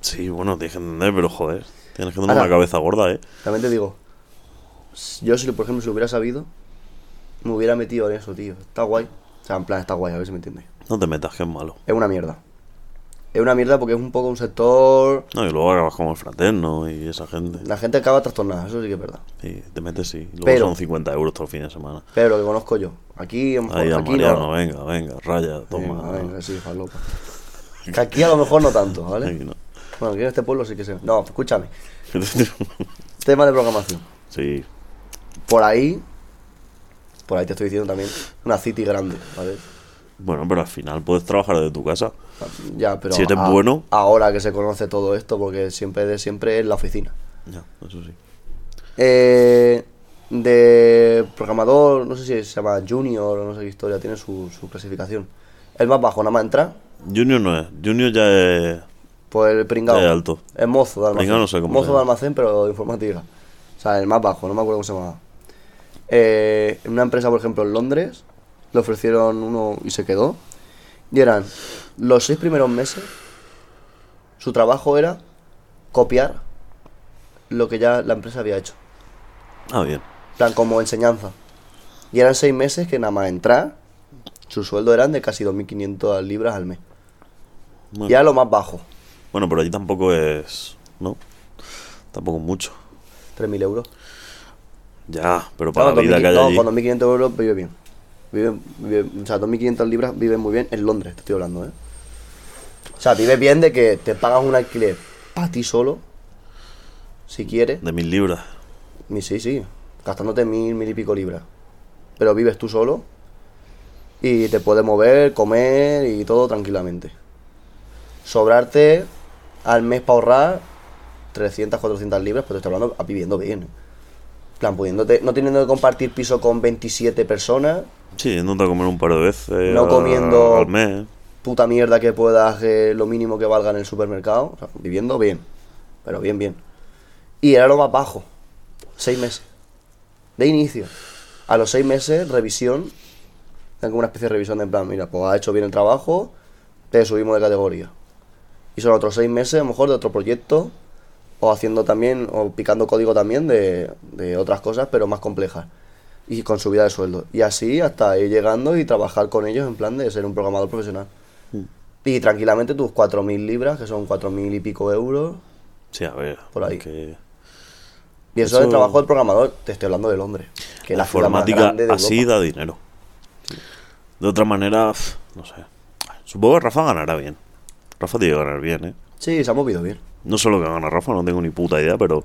S2: Sí, bueno, tienes que entender, pero joder, tienes que tener
S1: Ahora-
S2: una cabeza gorda, ¿eh?
S1: También te digo, s- yo si por ejemplo si lo hubiera sabido, me hubiera metido en eso, tío. Está guay. O sea, en plan, está guay, a ver si me entiendes.
S2: No te metas, que es malo.
S1: Es una mierda. Es una mierda porque es un poco un sector...
S2: No, y luego acabas como el fraterno y esa gente.
S1: La gente acaba trastornada, eso sí que es verdad.
S2: Y te metes y luego
S1: Pero-
S2: son 50 euros todo el fin de semana.
S1: Pero lo que conozco yo. Aquí, en
S2: Ahí al
S1: aquí
S2: Mariano,
S1: no.
S2: venga, venga, raya, toma.
S1: Venga, venga, sí, falopa. Que aquí a lo mejor no tanto, ¿vale?
S2: Ahí no.
S1: Bueno, aquí en este pueblo sí que se... No, escúchame. Tema de programación.
S2: sí,
S1: Por ahí... Por ahí te estoy diciendo también una city grande, ¿vale?
S2: bueno, pero al final puedes trabajar desde tu casa.
S1: Ya, pero...
S2: Si eres bueno.
S1: Ahora que se conoce todo esto, porque siempre, de siempre es la oficina.
S2: Ya, eso sí.
S1: Eh, de programador, no sé si se llama junior o no sé qué historia, tiene su, su clasificación. El más bajo, nada más entra,
S2: Junior no es. Junior ya es.
S1: pues el pringao.
S2: Es alto.
S1: Es mozo de almacén.
S2: Pringao no sé cómo se
S1: mozo de
S2: llama.
S1: almacén, pero de informática. O sea, el más bajo, no me acuerdo cómo se llamaba. Eh, en una empresa, por ejemplo, en Londres, le ofrecieron uno y se quedó. Y eran los seis primeros meses, su trabajo era copiar lo que ya la empresa había hecho.
S2: Ah, bien.
S1: plan como enseñanza. Y eran seis meses que nada más entrar, su sueldo eran de casi 2.500 libras al mes.
S2: Bueno.
S1: Ya lo más bajo,
S2: Bueno, pero allí tampoco es. ¿No? Tampoco es mucho.
S1: 3.000 euros.
S2: Ya, pero para
S1: Claro,
S2: la vida
S1: 2.500
S2: que hay
S1: no,
S2: allí.
S1: con 2.500 euros vive bien. Vive, vive- o sea, 2.500 libras vive muy bien en Londres, te estoy hablando, ¿eh? O sea, vive bien de que te pagas un alquiler para ti solo, si quieres.
S2: De mil libras.
S1: Mi- Sí, sí, gastándote mil, mil y pico libras. Pero vives tú solo y te puedes mover, comer y todo tranquilamente. Sobrarte al mes para ahorrar 300, 400 libras, pues te estoy hablando a viviendo bien. En plan, pudiéndote, no teniendo que compartir piso con 27 personas,
S2: Sí, yéndote a comer un par de veces.
S1: No
S2: a-
S1: comiendo-
S2: Al mes.
S1: puta mierda que puedas, eh, lo mínimo que valga en el supermercado, o sea, viviendo bien, pero bien, bien. Y era lo más bajo, seis meses, de inicio. A los seis meses, revisión, tengo una especie de revisión de en plan, mira, pues has hecho bien el trabajo, te subimos de categoría. Y son otros seis meses, a lo mejor, de otro proyecto, o haciendo también, o picando código también de, de otras cosas, pero más complejas. Y con subida de sueldo. Y así hasta ir llegando y trabajar con ellos en plan de ser un programador profesional. Y tranquilamente tus 4.000 libras, que son 4.000 y pico euros.
S2: Sí, a ver.
S1: Por ahí.
S2: que-
S1: Y eso,
S2: Eso-
S1: es el trabajo del programador. Te estoy hablando de Londres. Que es
S2: la
S1: la ciudad más
S2: informática
S1: grande de
S2: así
S1: Europa.
S2: da dinero. De otra manera, pf, no sé. Supongo que Rafa ganará bien. Rafa tiene que ganar bien, ¿eh?
S1: Sí, se ha movido bien.
S2: No sé lo que gana Rafa, no tengo ni puta idea, pero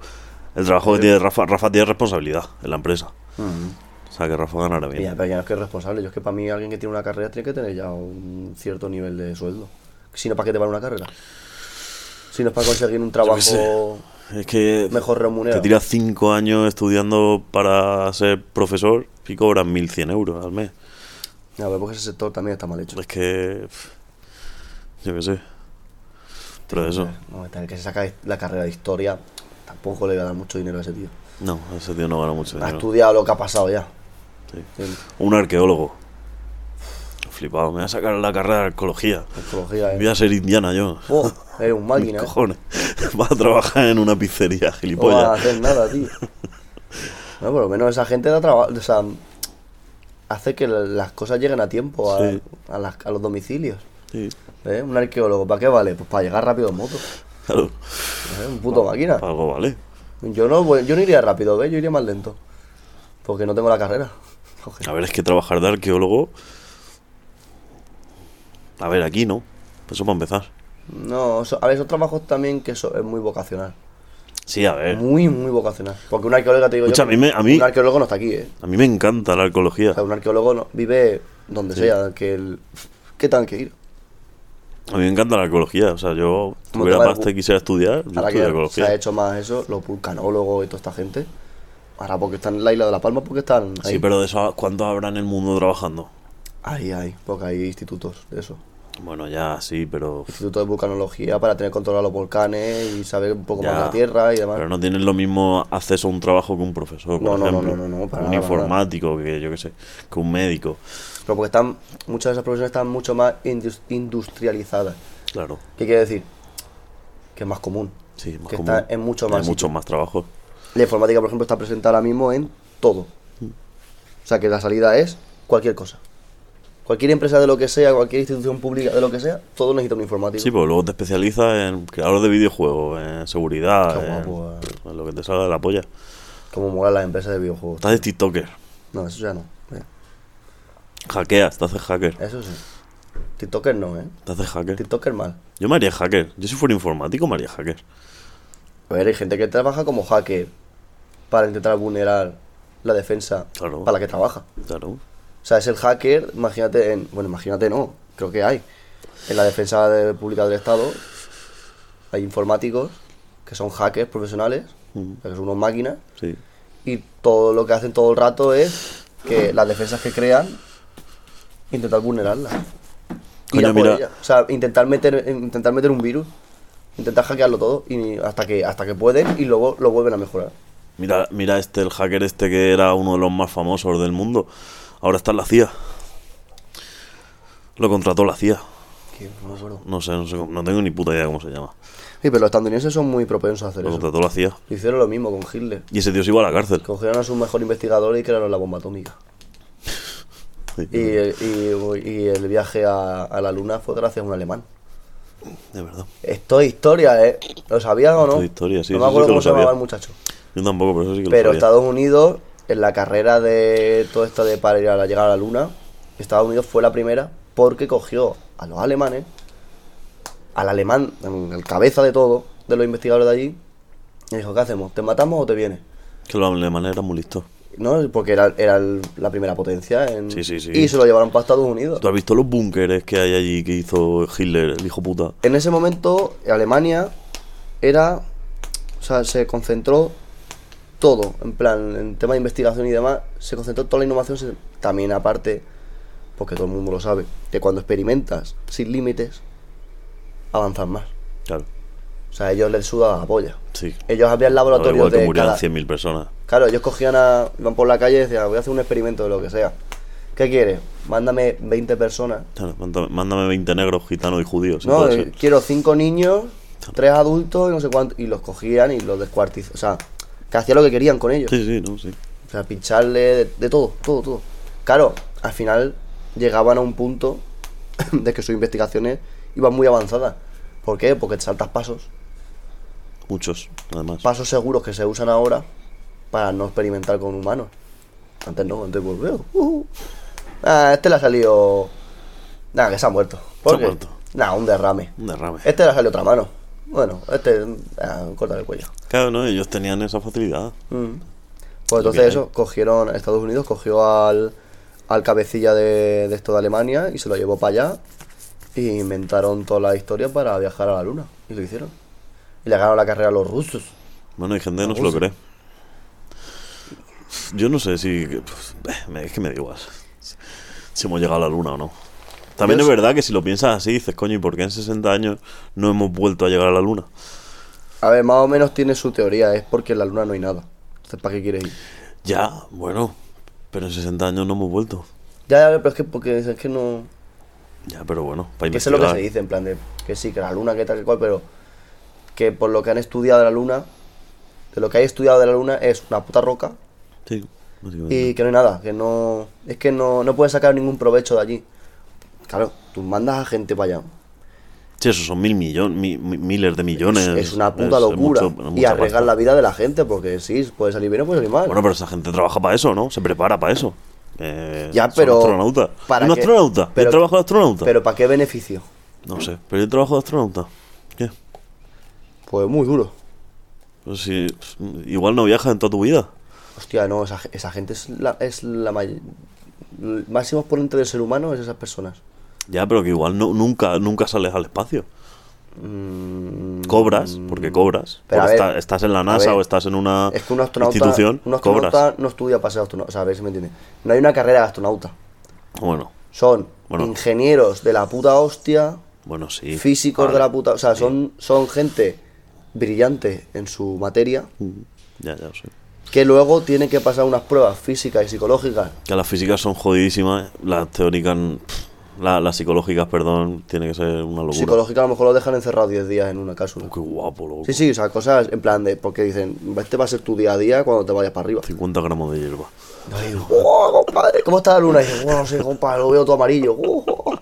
S2: el trabajo que tiene Rafa, Rafa tiene responsabilidad en la empresa. O sea que Rafa ganará
S1: Mira,
S2: Mm, bien.
S1: pero ya no es que es responsable. Yo es que para mí alguien que tiene una carrera tiene que tener ya un cierto nivel de sueldo. Si no, ¿para qué te vale una carrera? Si no es para conseguir un
S2: Yo
S1: trabajo...
S2: qué sé. Es que
S1: mejor remunerado.
S2: te tiras 5 años estudiando para ser profesor y cobras 1.100 euros al mes.
S1: A ver, porque ese sector también está mal hecho.
S2: Es que... pf, Yo qué sé. Pero eso...
S1: Eh, No, está el que se saca la carrera de historia, tampoco le voy a dar mucho dinero a ese tío.
S2: No, ese tío no gana mucho
S1: Ha
S2: dinero.
S1: estudiado lo que ha pasado ya.
S2: Sí.
S1: Sí,
S2: Un arqueólogo. Flipado, me voy a sacar la carrera de arqueología.
S1: arqueología, eh.
S2: Voy a ser indiana yo.
S1: Oh, eres un
S2: Mis
S1: máquina. eh.
S2: cojones. Vas a trabajar en una pizzería,
S1: No va a
S2: gilipollas.
S1: hacer nada, tío. No, por lo menos esa gente da trabajo. O sea, hace que la- las cosas lleguen a tiempo a,
S2: Sí.
S1: a las- a los domicilios.
S2: Sí,
S1: ¿eh? Un arqueólogo, ¿para qué vale? Pues para llegar rápido en moto.
S2: claro.
S1: ¿eh? Un puto máquina.
S2: Pago, vale.
S1: Yo no, voy- yo no iría rápido, ¿ves? Yo iría más lento. Porque no tengo la carrera. Joder.
S2: A ver, es que trabajar de arqueólogo. A ver, aquí no. Eso para empezar.
S1: No, so- a ver, esos trabajos también que eso es muy vocacional.
S2: Sí, a ver.
S1: Muy, muy vocacional. Porque un arqueólogo, te digo
S2: Eh. Escucha,
S1: yo,
S2: a mí me- a mí-
S1: un arqueólogo no está aquí, ¿eh?
S2: A mí me encanta la arqueología.
S1: O sea, un arqueólogo no- vive donde sea, que el... ¿Qué tan que ir?
S2: A mí me encanta la arqueología. O sea, yo
S1: Como
S2: tuviera
S1: te va-
S2: pasta y quisiera estudiar, yo
S1: Ahora
S2: estudio
S1: que se
S2: arqueología.
S1: ha hecho más eso, los vulcanólogos y toda esta gente. Ahora porque están en la isla de La Palma, porque están ahí.
S2: Sí, pero de eso, ¿cuántos habrá en el mundo trabajando?
S1: Ahí, ahí, porque hay institutos de eso.
S2: Bueno, ya, sí, pero.
S1: Institutos de vulcanología para tener controlado los volcanes y saber un poco más
S2: Ya.
S1: de la Tierra y demás.
S2: Pero no tienen lo mismo acceso a un trabajo que un profesor, por
S1: No, no, no,
S2: ejemplo.
S1: no, no, no, para
S2: un
S1: nada, para
S2: informático, que yo qué sé, que un médico.
S1: Pero porque están, muchas de esas profesiones están mucho más indus- industrializadas.
S2: Claro,
S1: ¿Qué quiere decir? Que es más común.
S2: sí, más
S1: que
S2: común.
S1: está en mucho más.
S2: Hay mucho más trabajo.
S1: La informática, por ejemplo, está presente ahora mismo en todo. O sea que la salida es cualquier cosa. Cualquier empresa de lo que sea, cualquier institución pública de lo que sea, todo necesita un informático.
S2: Sí, pues luego te especializas en creador de videojuegos, en seguridad,
S1: Qué
S2: en-
S1: guapo, eh.
S2: en, lo que te salga de la polla.
S1: Como mola las empresas de videojuegos.
S2: Estás de TikToker,
S1: No, eso ya no. eh.
S2: hackeas, te haces hacker.
S1: Eso sí. TikToker no, ¿eh?
S2: Te haces hacker.
S1: TikToker mal.
S2: Yo me haría hacker. Yo si fuera informático me haría hacker.
S1: A ver, hay gente que trabaja como hacker para intentar vulnerar la defensa
S2: Claro.
S1: para la que trabaja.
S2: Claro.
S1: O sea, es el hacker, imagínate, en, bueno, imagínate no, creo que hay. En la defensa de- pública del Estado hay informáticos que son hackers profesionales,
S2: Mm.
S1: que son unas máquinas,
S2: Sí.
S1: y todo lo que hacen todo el rato es que las defensas que crean, intentar vulnerarlas. Ir
S2: Coño,
S1: a por
S2: mira.
S1: ellas. O sea, intentar meter, intentar meter un virus, intentar hackearlo todo y hasta que, hasta que pueden y luego lo vuelven a mejorar.
S2: Mira, mira este, el hacker este que era uno de los más famosos del mundo. Ahora está en la CIA. Lo contrató la CIA.
S1: Que no me acuerdo.
S2: No sé, no, sé cómo- no tengo ni puta idea cómo se llama.
S1: Sí, pero los estadounidenses son muy propensos a hacer
S2: Lo
S1: eso.
S2: contrató la CIA.
S1: Hicieron lo mismo con Hitler.
S2: Y ese tío se iba a la cárcel.
S1: Cogieron a sus mejor investigadores y crearon la bomba atómica. Y, y- y el viaje a, a la luna fue gracias a un alemán.
S2: De verdad.
S1: Esto es historia, ¿eh? ¿Lo sabías o no?
S2: Esto es historia, sí,
S1: No me
S2: eso sí
S1: acuerdo
S2: que lo
S1: cómo se llamaba
S2: sabía.
S1: el muchacho.
S2: Yo tampoco, pero eso sí que
S1: Pero
S2: lo sabía.
S1: Estados Unidos, en la carrera de todo esto de para ir a la- llegar a la luna, Estados Unidos fue la primera porque cogió a los alemanes, al alemán, en el cabeza de todo, de los investigadores de allí, y dijo, ¿qué hacemos? ¿Te matamos o te vienes?
S2: Que los alemanes eran muy listos.
S1: ¿No? Porque era, era el- la primera potencia en-
S2: Sí, sí, sí.
S1: y se lo llevaron para Estados Unidos.
S2: ¿Tú has visto los búnkeres que hay allí que hizo Hitler, el hijo puta?
S1: En ese momento, Alemania era. O sea, se concentró todo, en plan, en tema de investigación y demás, se concentró toda la innovación. se- también, aparte, porque todo el mundo lo sabe, que cuando experimentas sin límites, avanzas más.
S2: Claro.
S1: O sea, a ellos les suda la polla.
S2: Sí.
S1: Ellos habían
S2: Al
S1: laboratorios
S2: igual que
S1: de.
S2: murieran
S1: cada-
S2: 100.000 personas.
S1: Claro, ellos cogían a. iban por la calle y decían, "Ah, voy a hacer un experimento de lo que sea. ¿Qué quieres? Mándame 20 personas
S2: Claro, mándame, mándame 20 negros, gitanos y judíos. si
S1: No,
S2: puede
S1: eh,
S2: ser.
S1: quiero cinco niños, tres adultos y no sé cuánto. Y los cogían y los descuartizaban. O sea, que hacía lo que querían con ellos.
S2: eh, Sí, sí, no, sí.
S1: O sea, pincharle de, de todo, todo, todo. Claro, al final llegaban a un punto de que sus investigaciones iban muy avanzadas. ¿Por qué? Porque te saltas pasos.
S2: Muchos, además.
S1: Pasos seguros que se usan ahora para no experimentar con humanos. Antes no, antes pues, veo. uh, ah, este le ha salido. Nada, que se ha muerto. ¿Por
S2: Se ha
S1: qué?
S2: muerto.
S1: Nah, un derrame.
S2: Un derrame.
S1: Este le sale otra mano. Bueno, este. Ah, corta el cuello.
S2: Claro, no, ellos tenían esa facilidad.
S1: Mm. Pues
S2: Lo
S1: entonces
S2: que
S1: eso, cogieron. Estados Unidos cogió al, al cabecilla de, de esto de Alemania y se lo llevó para allá. Y inventaron toda la historia para viajar a la luna. Y lo hicieron. Y le ganaron la carrera a los rusos.
S2: Bueno, hay gente que no se lo cree. Yo no sé si. pues, eh, me- es que me da igual. Si hemos llegado a la luna o no. También
S1: Yo
S2: es
S1: sé-
S2: verdad que si lo piensas así, dices, coño, ¿y por qué en 60 años no hemos vuelto a llegar a la luna?
S1: A ver, más o menos tiene su teoría. Es porque en la luna no hay nada. Entonces, ¿para qué quieres ir?
S2: Ya, bueno, pero en 60 años no hemos vuelto.
S1: Ya, ya, pero es que, porque es que no.
S2: Ya, pero bueno, para
S1: Que eso es lo que se
S2: investigar.
S1: dice, en plan de que sí, que la luna, que tal, que cual, pero que por lo que han estudiado de la luna, de lo que hay estudiado de la luna es una puta roca
S2: Sí, básicamente.
S1: y que no hay nada, que no. Es que no, no puedes sacar ningún provecho de allí. Claro, tú mandas a gente para allá.
S2: Sí, esos son mil millones, miles de millones.
S1: es una
S2: es-
S1: puta
S2: es
S1: locura.
S2: mucho- es
S1: y
S2: mucha
S1: arriesgar
S2: pasta.
S1: la vida de la gente, porque sí, puede salir bien o puede salir mal.
S2: Bueno, pero esa gente trabaja para eso, ¿no? Se prepara para eso. Eh,
S1: ya,
S2: son
S1: pero.
S2: astronautas.
S1: ¿para
S2: un
S1: qué?
S2: astronauta.
S1: Pero-
S2: yo trabajo de astronauta.
S1: Pero ¿para qué beneficio?
S2: No sé, pero yo trabajo de astronauta. ¿Qué?
S1: Pues muy duro.
S2: Pues si, igual no viajas en toda tu vida.
S1: Hostia, no, esa, esa gente es la, es la may- El máximo exponente del ser humano es esas personas.
S2: Ya, pero que igual no, nunca, nunca sales al espacio. Cobras, porque cobras.
S1: Mm. Pero
S2: Porque
S1: a ver,
S2: está- estás en la
S1: a
S2: NASA
S1: ver,
S2: o estás en una
S1: Es que un astronauta,
S2: Ah, institución,
S1: un astronauta
S2: cobras.
S1: no estudia para ser astronauta. O sea, a ver si me entiendes. No hay una carrera de astronauta.
S2: Bueno,
S1: Son
S2: Bueno.
S1: ingenieros de la puta hostia,
S2: bueno, sí.
S1: físicos
S2: Vale.
S1: de la puta. O sea, son, son gente brillante en su materia
S2: Mm, Ya, ya lo sé.
S1: que luego tiene que pasar unas pruebas físicas y psicológicas.
S2: Que las físicas son jodidísimas, las teóricas, pff, la- las psicológicas, perdón, tiene que ser una locura.
S1: Psicológicas a lo mejor lo dejan encerrado 10 días en una cápsula.
S2: Oh, qué guapo, loco.
S1: Sí, sí, o sea, cosas en plan de. Porque dicen, este va a ser tu día a día cuando te vayas para arriba.
S2: 50 gramos de hierba.
S1: Ay, ¡oh, compadre! ¿Cómo está la luna? Y dice, bueno, sí, compadre, lo veo todo amarillo. ¡Oh!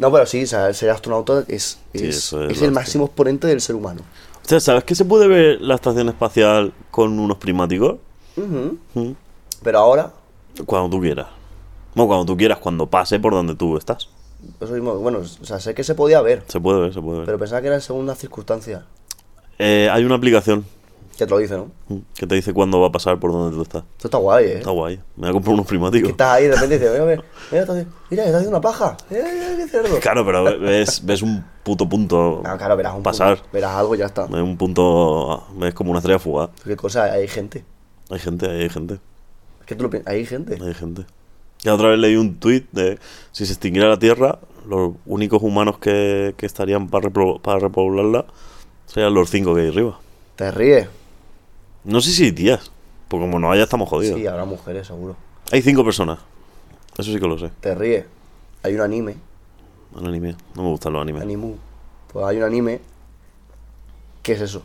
S1: No, pero sí, o sea, ser astronauta es, es,
S2: Sí, eso es
S1: es
S2: la
S1: el máximo exponente del ser humano.
S2: O sea, ¿sabes que se puede ver la estación espacial con unos prismáticos? Mm.
S1: Pero ahora,
S2: Cuando tú quieras. Bueno, cuando tú quieras, cuando pase por donde tú estás.
S1: eso mismo, bueno, o sea, sé que se podía ver,
S2: Se puede ver, se puede ver.
S1: pero pensaba que era en segundas circunstancias.
S2: Eh, hay una aplicación
S1: Ya te lo dice, ¿no?
S2: mm, que te dice cuándo va a pasar por donde tú estás.
S1: Esto está guay, ¿eh?
S2: Está guay. Me voy a comprar unos prismáticos.
S1: Que estás ahí y de repente dices, mira, mira, mira, está haciendo- mira, está haciendo una paja. Mira, mira, qué cerdo.
S2: Claro, pero ve- ves, ves un puto punto
S1: Ah, claro, verás un
S2: pasar.
S1: punto, verás algo y ya está.
S2: Ves un punto. Ves como una estrella fugaz.
S1: Qué cosa, hay gente.
S2: Hay gente, hay gente,
S1: Es que tú lo piensas. Hay gente.
S2: hay gente. Ya otra vez leí un tuit de si se extinguiera la Tierra, los únicos humanos que, que estarían para, repro- para repoblarla serían los cinco que hay arriba.
S1: Te ríes.
S2: No sé si tías, porque como no haya estamos jodidos.
S1: Sí, habrá mujeres, seguro.
S2: Hay cinco personas. Eso sí que lo sé.
S1: Te ríes. Hay un anime.
S2: Un anime. No me gustan los animes.
S1: Animu. Pues hay un anime. ¿Qué es eso?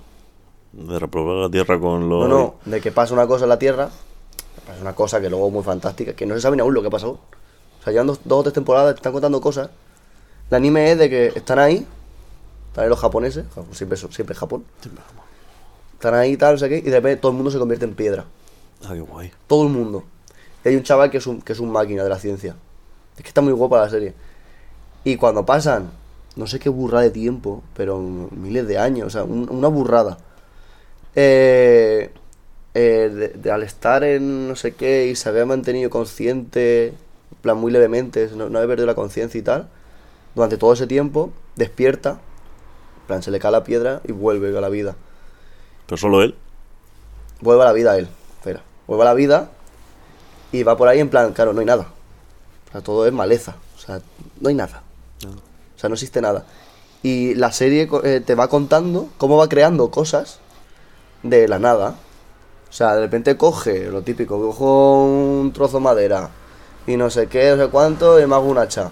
S2: De repoblar la Tierra con los...
S1: No, no, de que pasa una cosa en la Tierra, que pasa una cosa que luego es muy fantástica, que no se sabe ni aún lo que ha pasado. O sea, llevan dos, dos o tres temporadas, te están contando cosas. El anime es de que están ahí, están ahí los japoneses, ja- siempre, so- siempre es Japón. Están ahí tal, no sé qué, y de repente todo el mundo se convierte en piedra.
S2: Ah, qué guay.
S1: Todo el mundo. Y hay un chaval que es un, que es un máquina de la ciencia. Es que está muy guapa la serie. Y cuando pasan, no sé qué burrada de tiempo, pero miles de años, o sea, un- una burrada. Eh, eh, de- de al estar en no sé qué y se había mantenido consciente, en plan muy levemente, no, no había perdido la conciencia y tal, durante todo ese tiempo, despierta, en plan se le cae la piedra y vuelve a la vida
S2: Pero solo él.
S1: vuelve a la vida él. Espera, vuelve a la vida y va por ahí en plan, claro, no hay nada. O sea, todo es maleza. O sea, no hay nada. O sea, no existe nada. Y la serie co- eh, te va contando cómo va creando cosas de la nada. O sea, de repente coge lo típico, cojo un trozo de madera y no sé qué, no sé cuánto, y me hago un hacha.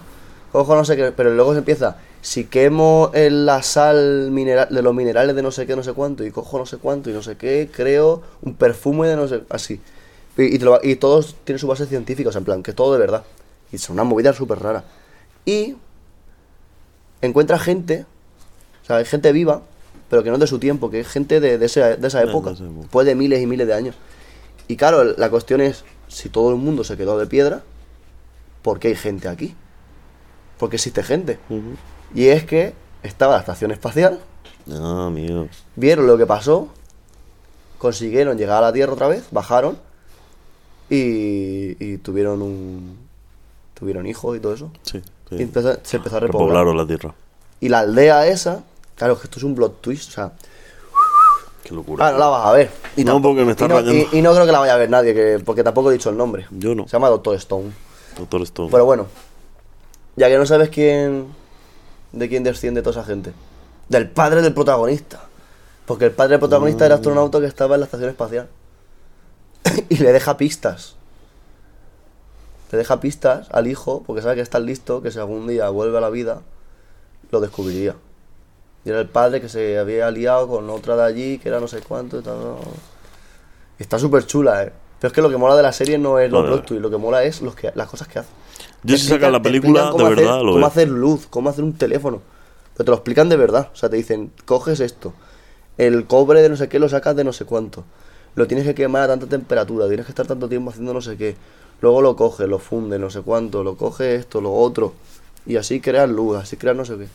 S1: Cojo no sé qué, pero luego se empieza. Si quemo eh, la sal mineral, de los minerales de no sé qué, no sé cuánto, y cojo no sé cuánto y no sé qué, creo un perfume de no sé. así. Y, y te lo va- y todos tienen su base científica, o sea, en plan, que es todo de verdad. Y son una movida súper rara. Y encuentra gente, o sea, hay gente viva, pero que no es de su tiempo, que es gente de, de esa, de esa
S2: Ah, de
S1: época,
S2: esa época.
S1: después de miles y miles de años. Y claro, la cuestión es, si todo el mundo se quedó de piedra, ¿por qué hay gente aquí? ¿Por qué existe gente?
S2: Ujú.
S1: Y es que estaba la estación espacial,
S2: Ah, mío.
S1: vieron lo que pasó, consiguieron llegar a la Tierra otra vez, bajaron y, y tuvieron un... Tuvieron hijos y todo eso.
S2: Sí. sí.
S1: Y empezó- se empezó a repoblar.
S2: Repoblaron la Tierra.
S1: Y la aldea esa, claro, es que esto es un plot twist, o sea,
S2: Qué locura.
S1: claro, Ah, no la vas a ver. Y
S2: No,
S1: tampoco-
S2: porque me está
S1: y no,
S2: rayando.
S1: y- y no creo que la vaya a ver nadie, que, porque tampoco he dicho el nombre.
S2: Yo no.
S1: Se llama Doctor Stone.
S2: Doctor Stone.
S1: Pero bueno, ya que no sabes quién. de quién desciende toda esa gente. Del padre del protagonista. Porque el padre del protagonista
S2: Mm.
S1: era astronauta que estaba en la estación espacial. y le deja pistas. Le deja pistas al hijo porque sabe que es tan listo que si algún día vuelve a la vida, lo descubriría. Y era el padre que se había aliado con otra de allí, que era no sé cuánto y tal. no. Está súper chula, eh. Pero es que lo que mola de la serie no es los
S2: Vale, vale.
S1: plot twists, lo que mola es los que, las cosas que hace.
S2: Yo
S1: Te
S2: si
S1: explican-
S2: sacan la
S1: te
S2: película,
S1: explican
S2: de
S1: cómo hacer-
S2: verdad, lo
S1: Cómo
S2: veo.
S1: hacer luz, cómo hacer un teléfono. Pero te lo explican de verdad. O sea, te dicen, coges esto. El cobre de no sé qué lo sacas de no sé cuánto. Lo tienes que quemar a tanta temperatura. Tienes que estar tanto tiempo haciendo no sé qué. Luego lo coges, lo funde, no sé cuánto. Lo coges esto, lo otro. Y así creas luz, así creas no sé qué.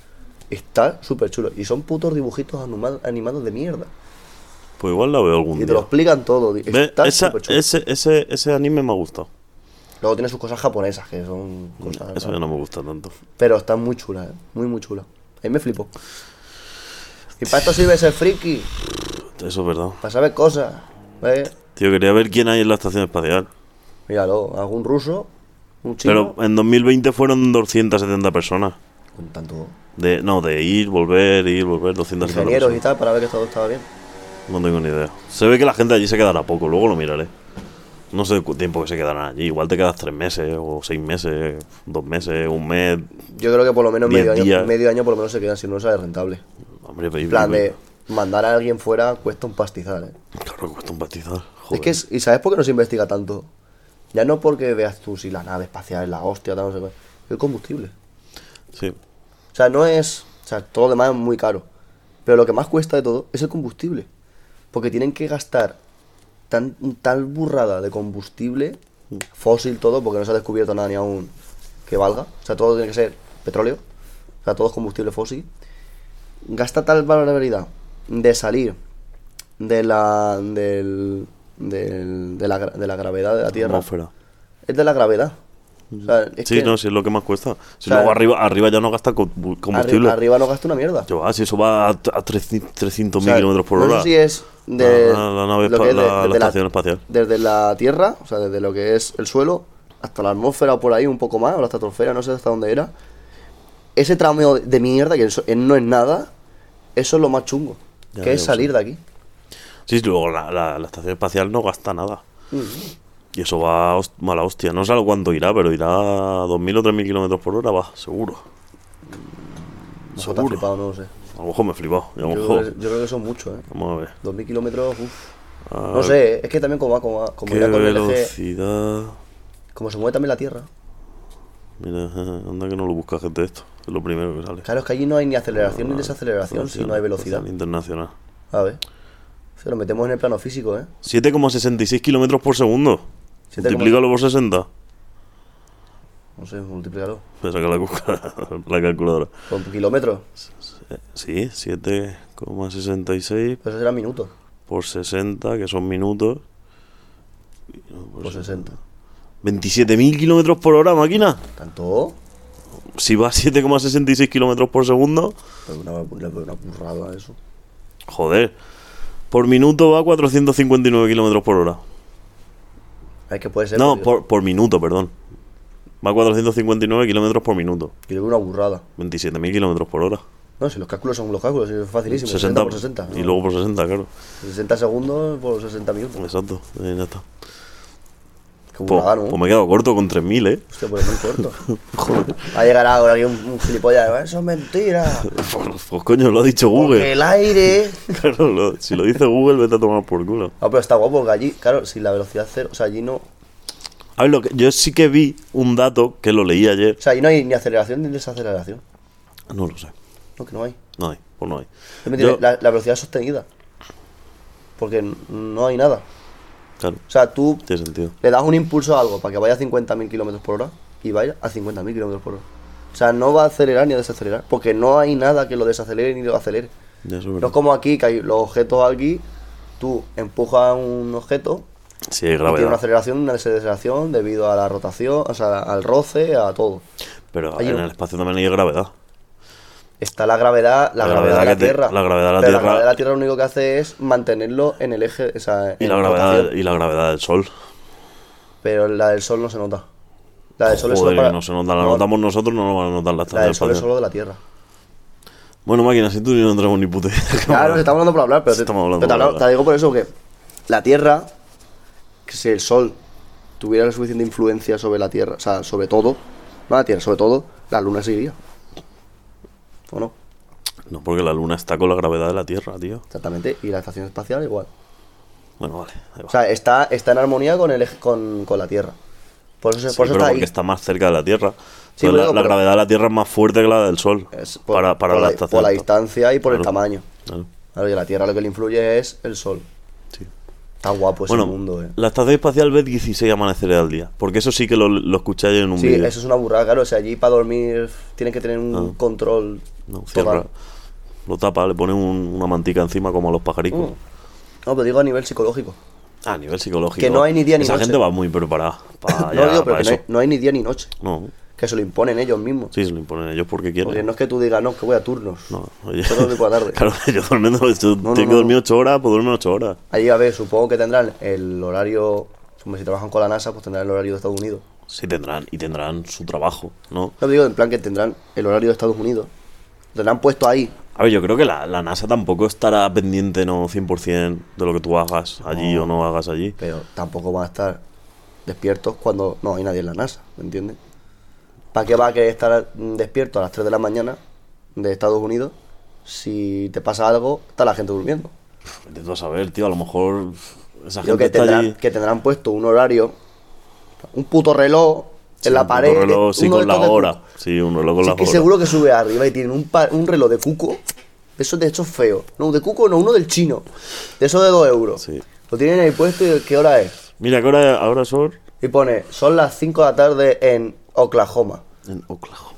S1: Está súper chulo. Y son putos dibujitos anima- animados de mierda.
S2: Pues igual la veo algún
S1: Y te lo
S2: día.
S1: explican todo. di-
S2: Ve,
S1: Está
S2: esa-
S1: súper chulo.
S2: ese, ese, ese anime me ha gustado.
S1: Luego tiene sus cosas japonesas, que son cosas.
S2: Eso ya no me gusta tanto.
S1: Pero está muy chula, ¿eh? muy, muy chula. Ahí me flipo. Y para esto sirve ser friki,
S2: Eso es verdad.
S1: para saber cosas. ¿eh?
S2: Tío, quería ver quién hay en la estación espacial.
S1: Míralo, algún ruso, un chino.
S2: Pero en 2020 fueron 270 personas.
S1: Con tanto
S2: De, no, de ir, volver, ir, volver, 270
S1: ingenieros y
S2: personas.
S1: tal, para ver que todo estaba bien.
S2: No tengo ni idea. Se ve que la gente allí se quedará poco, luego lo miraré. No sé cu- tiempo que se quedarán allí. Igual te quedas tres meses, o seis meses, dos meses, un mes.
S1: Yo creo que por lo menos
S2: Diez
S1: medio año,
S2: días.
S1: medio año por lo menos se quedan si no sale rentable.
S2: Hombre, baby,
S1: En plan de mandar a alguien fuera cuesta un pastizal. ¿eh?
S2: Claro, cuesta un pastizal.
S1: Es
S2: Joder.
S1: que, es- ¿y sabes por qué no se investiga tanto? Ya no porque veas tú si la nave espacial es la hostia, tal, no sé qué. El combustible.
S2: Sí.
S1: O sea, no es. O sea, todo lo demás es muy caro. Pero lo que más cuesta de todo es el combustible. Porque tienen que gastar tan, tal burrada de combustible, fósil todo, porque no se ha descubierto nada ni aún que valga. O sea, todo tiene que ser petróleo. O sea, todo es combustible fósil. Gasta tal barbaridad de salir de la. del. del- de, la, gra- de la gravedad de la Tierra.
S2: Atmósfera.
S1: Es de la gravedad. O sea, es
S2: sí,
S1: que
S2: no, sí es lo que más cuesta. Si
S1: O sea,
S2: luego arriba, arriba ya no gasta co-
S1: arri-
S2: combustible.
S1: arriba no gasta una mierda.
S2: Yo, ah, si eso va a, a 300 300.000
S1: O sea,
S2: kilómetros por
S1: no sé
S2: hora.
S1: si es de
S2: La- la nave
S1: lo
S2: espa-
S1: que es de-
S2: la- la
S1: desde
S2: estación espacial.
S1: Desde la Tierra, o sea, desde lo que es el suelo, hasta la atmósfera o por ahí un poco más, o la estratosfera, no sé hasta dónde era. Ese tramo de mierda, que eso- eh, no es nada, eso es lo más chungo.
S2: Ya,
S1: que
S2: ya
S1: es
S2: lo
S1: salir
S2: sé.
S1: de aquí.
S2: Sí, sí, luego la, la- la estación espacial no gasta nada.
S1: Mm.
S2: Y eso va a host- mala hostia. No sé a cuánto irá, pero irá a 2.000 o 3.000 kilómetros por hora, va, seguro.
S1: Eso está
S2: Seguro.
S1: flipado, no lo sé.
S2: A lo mejor me he flipado. y A lo
S1: Yo,
S2: mejor.
S1: creo que- yo creo que son muchos, ¿eh?
S2: Vamos a ver.
S1: 2000 kilómetros, uff.
S2: A
S1: No sé, eh, es que también como va, como, va- como
S2: ¿Qué
S1: irá con el eje-
S2: velocidad?
S1: como se mueve también la Tierra.
S2: Mira, eh, anda que no lo busca gente esto. Es lo primero que sale.
S1: Claro, es que allí no hay ni aceleración ni desaceleración, si no hay velocidad.
S2: Internacional.
S1: A ver. Se lo metemos en el plano físico, ¿eh?
S2: 7,66 kilómetros por segundo.
S1: Siete coma-
S2: Multiplícalo por 60.
S1: No sé, multiplícalo.
S2: Voy a sacar la, calculadora- la calculadora.
S1: Con kilómetros.
S2: Eh, Sí, 7,66
S1: Pues eso será minutos.
S2: por 60, que son minutos. Pues
S1: Por 60.
S2: 27.000 kilómetros por hora, máquina.
S1: ¿Tanto?
S2: Si va a 7,66 kilómetros por segundo,
S1: Pero una, una, una burrada eso.
S2: joder. Por minuto va a 459 kilómetros por hora.
S1: Es que puede ser.
S2: No,
S1: pero
S2: por, por minuto, perdón. Va a 459 kilómetros por minuto.
S1: Yo creo que una burrada.
S2: 27.000 kilómetros por hora.
S1: No, si los cálculos son los cálculos, es facilísimo. 60,
S2: 60
S1: por 60.
S2: Y
S1: ¿no?
S2: luego por 60, claro.
S1: 60 segundos por 60 minutos.
S2: Exacto. eh, ya está.
S1: Qué
S2: Po-
S1: burrada, ¿no?
S2: Pues me he quedado corto con 3.000, ¿eh?
S1: Hostia, pues es muy corto. Va a llegar ahora aquí un, un gilipollas. "Eh, Eso es mentira.
S2: Pues, pues coño, lo ha dicho
S1: Porque
S2: Google.
S1: el aire.
S2: Claro, lo- si lo dice Google, vete a tomar por culo.
S1: No, pero está guapo porque allí, claro, si la velocidad cero. O sea, allí no. O
S2: A ver, lo que, yo sí que vi un dato que lo leí ayer.
S1: sea, allí no hay ni aceleración ni desaceleración.
S2: No lo sé.
S1: No, que no hay.
S2: No hay, pues no hay.
S1: Es mentira,
S2: Yo-
S1: la, la velocidad es sostenida. Porque n- no hay nada.
S2: Claro,
S1: O sea, tú
S2: tiene sentido.
S1: le das un impulso a algo para que vaya a 50.000 kilómetros por hora y vaya a 50.000 kilómetros por hora. O sea, no va a acelerar ni a desacelerar. Porque no hay nada que lo desacelere ni lo acelere.
S2: Ya eso es
S1: No
S2: verdad.
S1: es como aquí, que hay los objetos aquí. Tú empujas un objeto
S2: Sí, hay
S1: y tiene una
S2: gravedad.
S1: aceleración, una desaceleración debido a la rotación, o sea, al roce, a todo.
S2: Pero
S1: Hay
S2: en
S1: un-
S2: el espacio también hay gravedad.
S1: Está la gravedad, la,
S2: La
S1: gravedad, de la
S2: gravedad que te-
S1: Tierra.
S2: la gravedad de la
S1: Pero La
S2: Tierra-
S1: gravedad de la Tierra lo único que hace es mantenerlo en el eje, o sea,
S2: Y
S1: en
S2: la gravedad,
S1: rotación.
S2: y la gravedad del sol.
S1: Pero la del Sol no se nota. La del Sol es
S2: Joder,
S1: solo para...
S2: que no se nos da, la
S1: No,
S2: notamos nosotros, no nos van a notar la
S1: La
S2: estación
S1: del Sol es
S2: espacial.
S1: solo de la Tierra.
S2: Bueno, máquina, si tú y yo no entramos ni puta idea.
S1: Claro, se estamos hablando por hablar, pero te,
S2: Estamos hablando
S1: pero te,
S2: por
S1: hablo-
S2: hablar.
S1: te digo por eso que la Tierra, que si el Sol tuviera la suficiente influencia sobre la Tierra, o sea, sobre todo, no la Tierra, sobre todo, la Luna seguiría. ¿O no?
S2: No, porque la luna está con la gravedad de la Tierra, tío.
S1: Exactamente, y la estación espacial igual.
S2: Bueno, vale. ahí va.
S1: O sea, está, está en armonía con, el, eje- con, con la Tierra. Por eso, se-
S2: Sí,
S1: por eso
S2: pero
S1: está ahí.
S2: porque está más cerca de la Tierra.
S1: Sí,
S2: Entonces,
S1: pero
S2: la,
S1: digo,
S2: la
S1: pero-
S2: gravedad de la Tierra es más fuerte que la del Sol.
S1: Es por,
S2: para para
S1: por
S2: la,
S1: la,
S2: estación.
S1: por la distancia y por el
S2: Claro.
S1: tamaño.
S2: Claro,
S1: Claro, y a la Tierra lo que le influye es el Sol.
S2: sí.
S1: Está guapo ese
S2: Bueno,
S1: mundo, eh.
S2: la estación espacial ve 16 amaneceres al día. Porque eso sí que lo, lo escuché ayer en un
S1: Sí,
S2: vídeo.
S1: eso es una burrada, claro. O sea, allí para dormir tienes que tener un
S2: Ah.
S1: control.
S2: No, cierra.
S1: total.
S2: Lo tapa, le pone un- una mantica encima como a los pajaricos.
S1: Mm. No, pero digo a nivel psicológico.
S2: A nivel psicológico.
S1: Que no hay ni día ni
S2: Esa
S1: noche.
S2: gente va muy preparada para,
S1: no,
S2: allá,
S1: digo, pero
S2: Ah, para
S1: que no
S2: eso.
S1: hay, no hay ni día ni noche.
S2: No,
S1: Que se lo imponen ellos mismos.
S2: sí, se lo imponen ellos porque
S1: Porque
S2: quieren.
S1: no es que tú digas, no, que voy a turnos.
S2: No, oye.
S1: Yo dormí por la tarde.
S2: Claro, yo durmiendo,
S1: No,
S2: yo
S1: no,
S2: tengo que
S1: no,
S2: dormir
S1: no.
S2: 8 horas, pues duerme 8 horas.
S1: Allí, a ver, supongo que tendrán el horario. Hombre, si trabajan con la NASA, pues tendrán el horario de Estados Unidos.
S2: Sí, tendrán, y tendrán su trabajo, ¿no?
S1: No digo en plan que tendrán el horario de Estados Unidos. Lo tendrán puesto ahí.
S2: A ver, yo creo que la, la NASA tampoco estará pendiente, ¿no? 100% de lo que tú hagas allí o no hagas allí.
S1: Pero tampoco van a estar despiertos cuando no hay nadie en la NASA, ¿me entiendes? ¿Para qué va a querer estar mm, despierto a las 3 de la mañana de Estados Unidos si te pasa algo, está la gente durmiendo?
S2: Vete tú a saber, tío, a lo mejor esa
S1: Creo
S2: gente
S1: que
S2: está allí.
S1: tendrán, que tendrán puesto un horario, un puto reloj en
S2: Sí, un
S1: la
S2: puto
S1: pared. eh,
S2: reloj, sí,
S1: uno de
S2: con la
S1: estos de
S2: hora.
S1: cuco.
S2: Sí, un reloj con
S1: Sí,
S2: la
S1: es que
S2: hora.
S1: seguro que sube arriba y tiene un, pa- un reloj de cuco. De esos de hechos feos. No, de cuco no, uno del chino. De esos de 2 euros.
S2: Sí.
S1: Lo tienen ahí puesto y ¿qué hora es?
S2: Mira, que ahora, ahora son
S1: Y pone, son las 5 de la tarde en Oklahoma,
S2: en Oklahoma.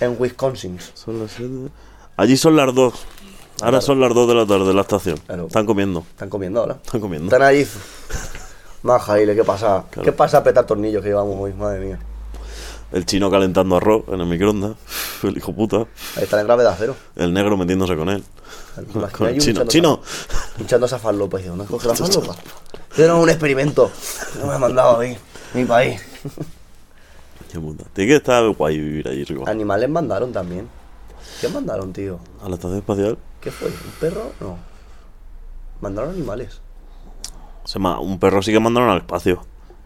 S1: en Wisconsin.
S2: Son las siete. Allí son las 2. Ahora son las 2 de la tarde en la estación.
S1: Claro.
S2: Están comiendo.
S1: Están comiendo ahora.
S2: Están comiendo.
S1: Están ahí. Más Jaile, ¿qué pasa?
S2: Claro.
S1: ¿Qué pasa apretar tornillos que llevamos hoy? Madre mía.
S2: El chino calentando arroz en el microondas. El hijo puta.
S1: Ahí están en gravedad cero.
S2: El negro metiéndose con él.
S1: Imagina
S2: Con
S1: ahí
S2: el
S1: un
S2: chino.
S1: chano-
S2: ¡Chino!
S1: Pinchando esa farlopa. Y dice, ¿dónde has cogido la farlopa? Hicieron un experimento. No me ha mandado a mí. Mi país.
S2: Qué puta. Tiene que estar guay vivir allí arriba.
S1: Animales mandaron también. ¿Qué mandaron, tío?
S2: A la estación espacial
S1: ¿Qué fue? ¿Un perro? No. Mandaron animales.
S2: se llama, un perro sí que mandaron al espacio.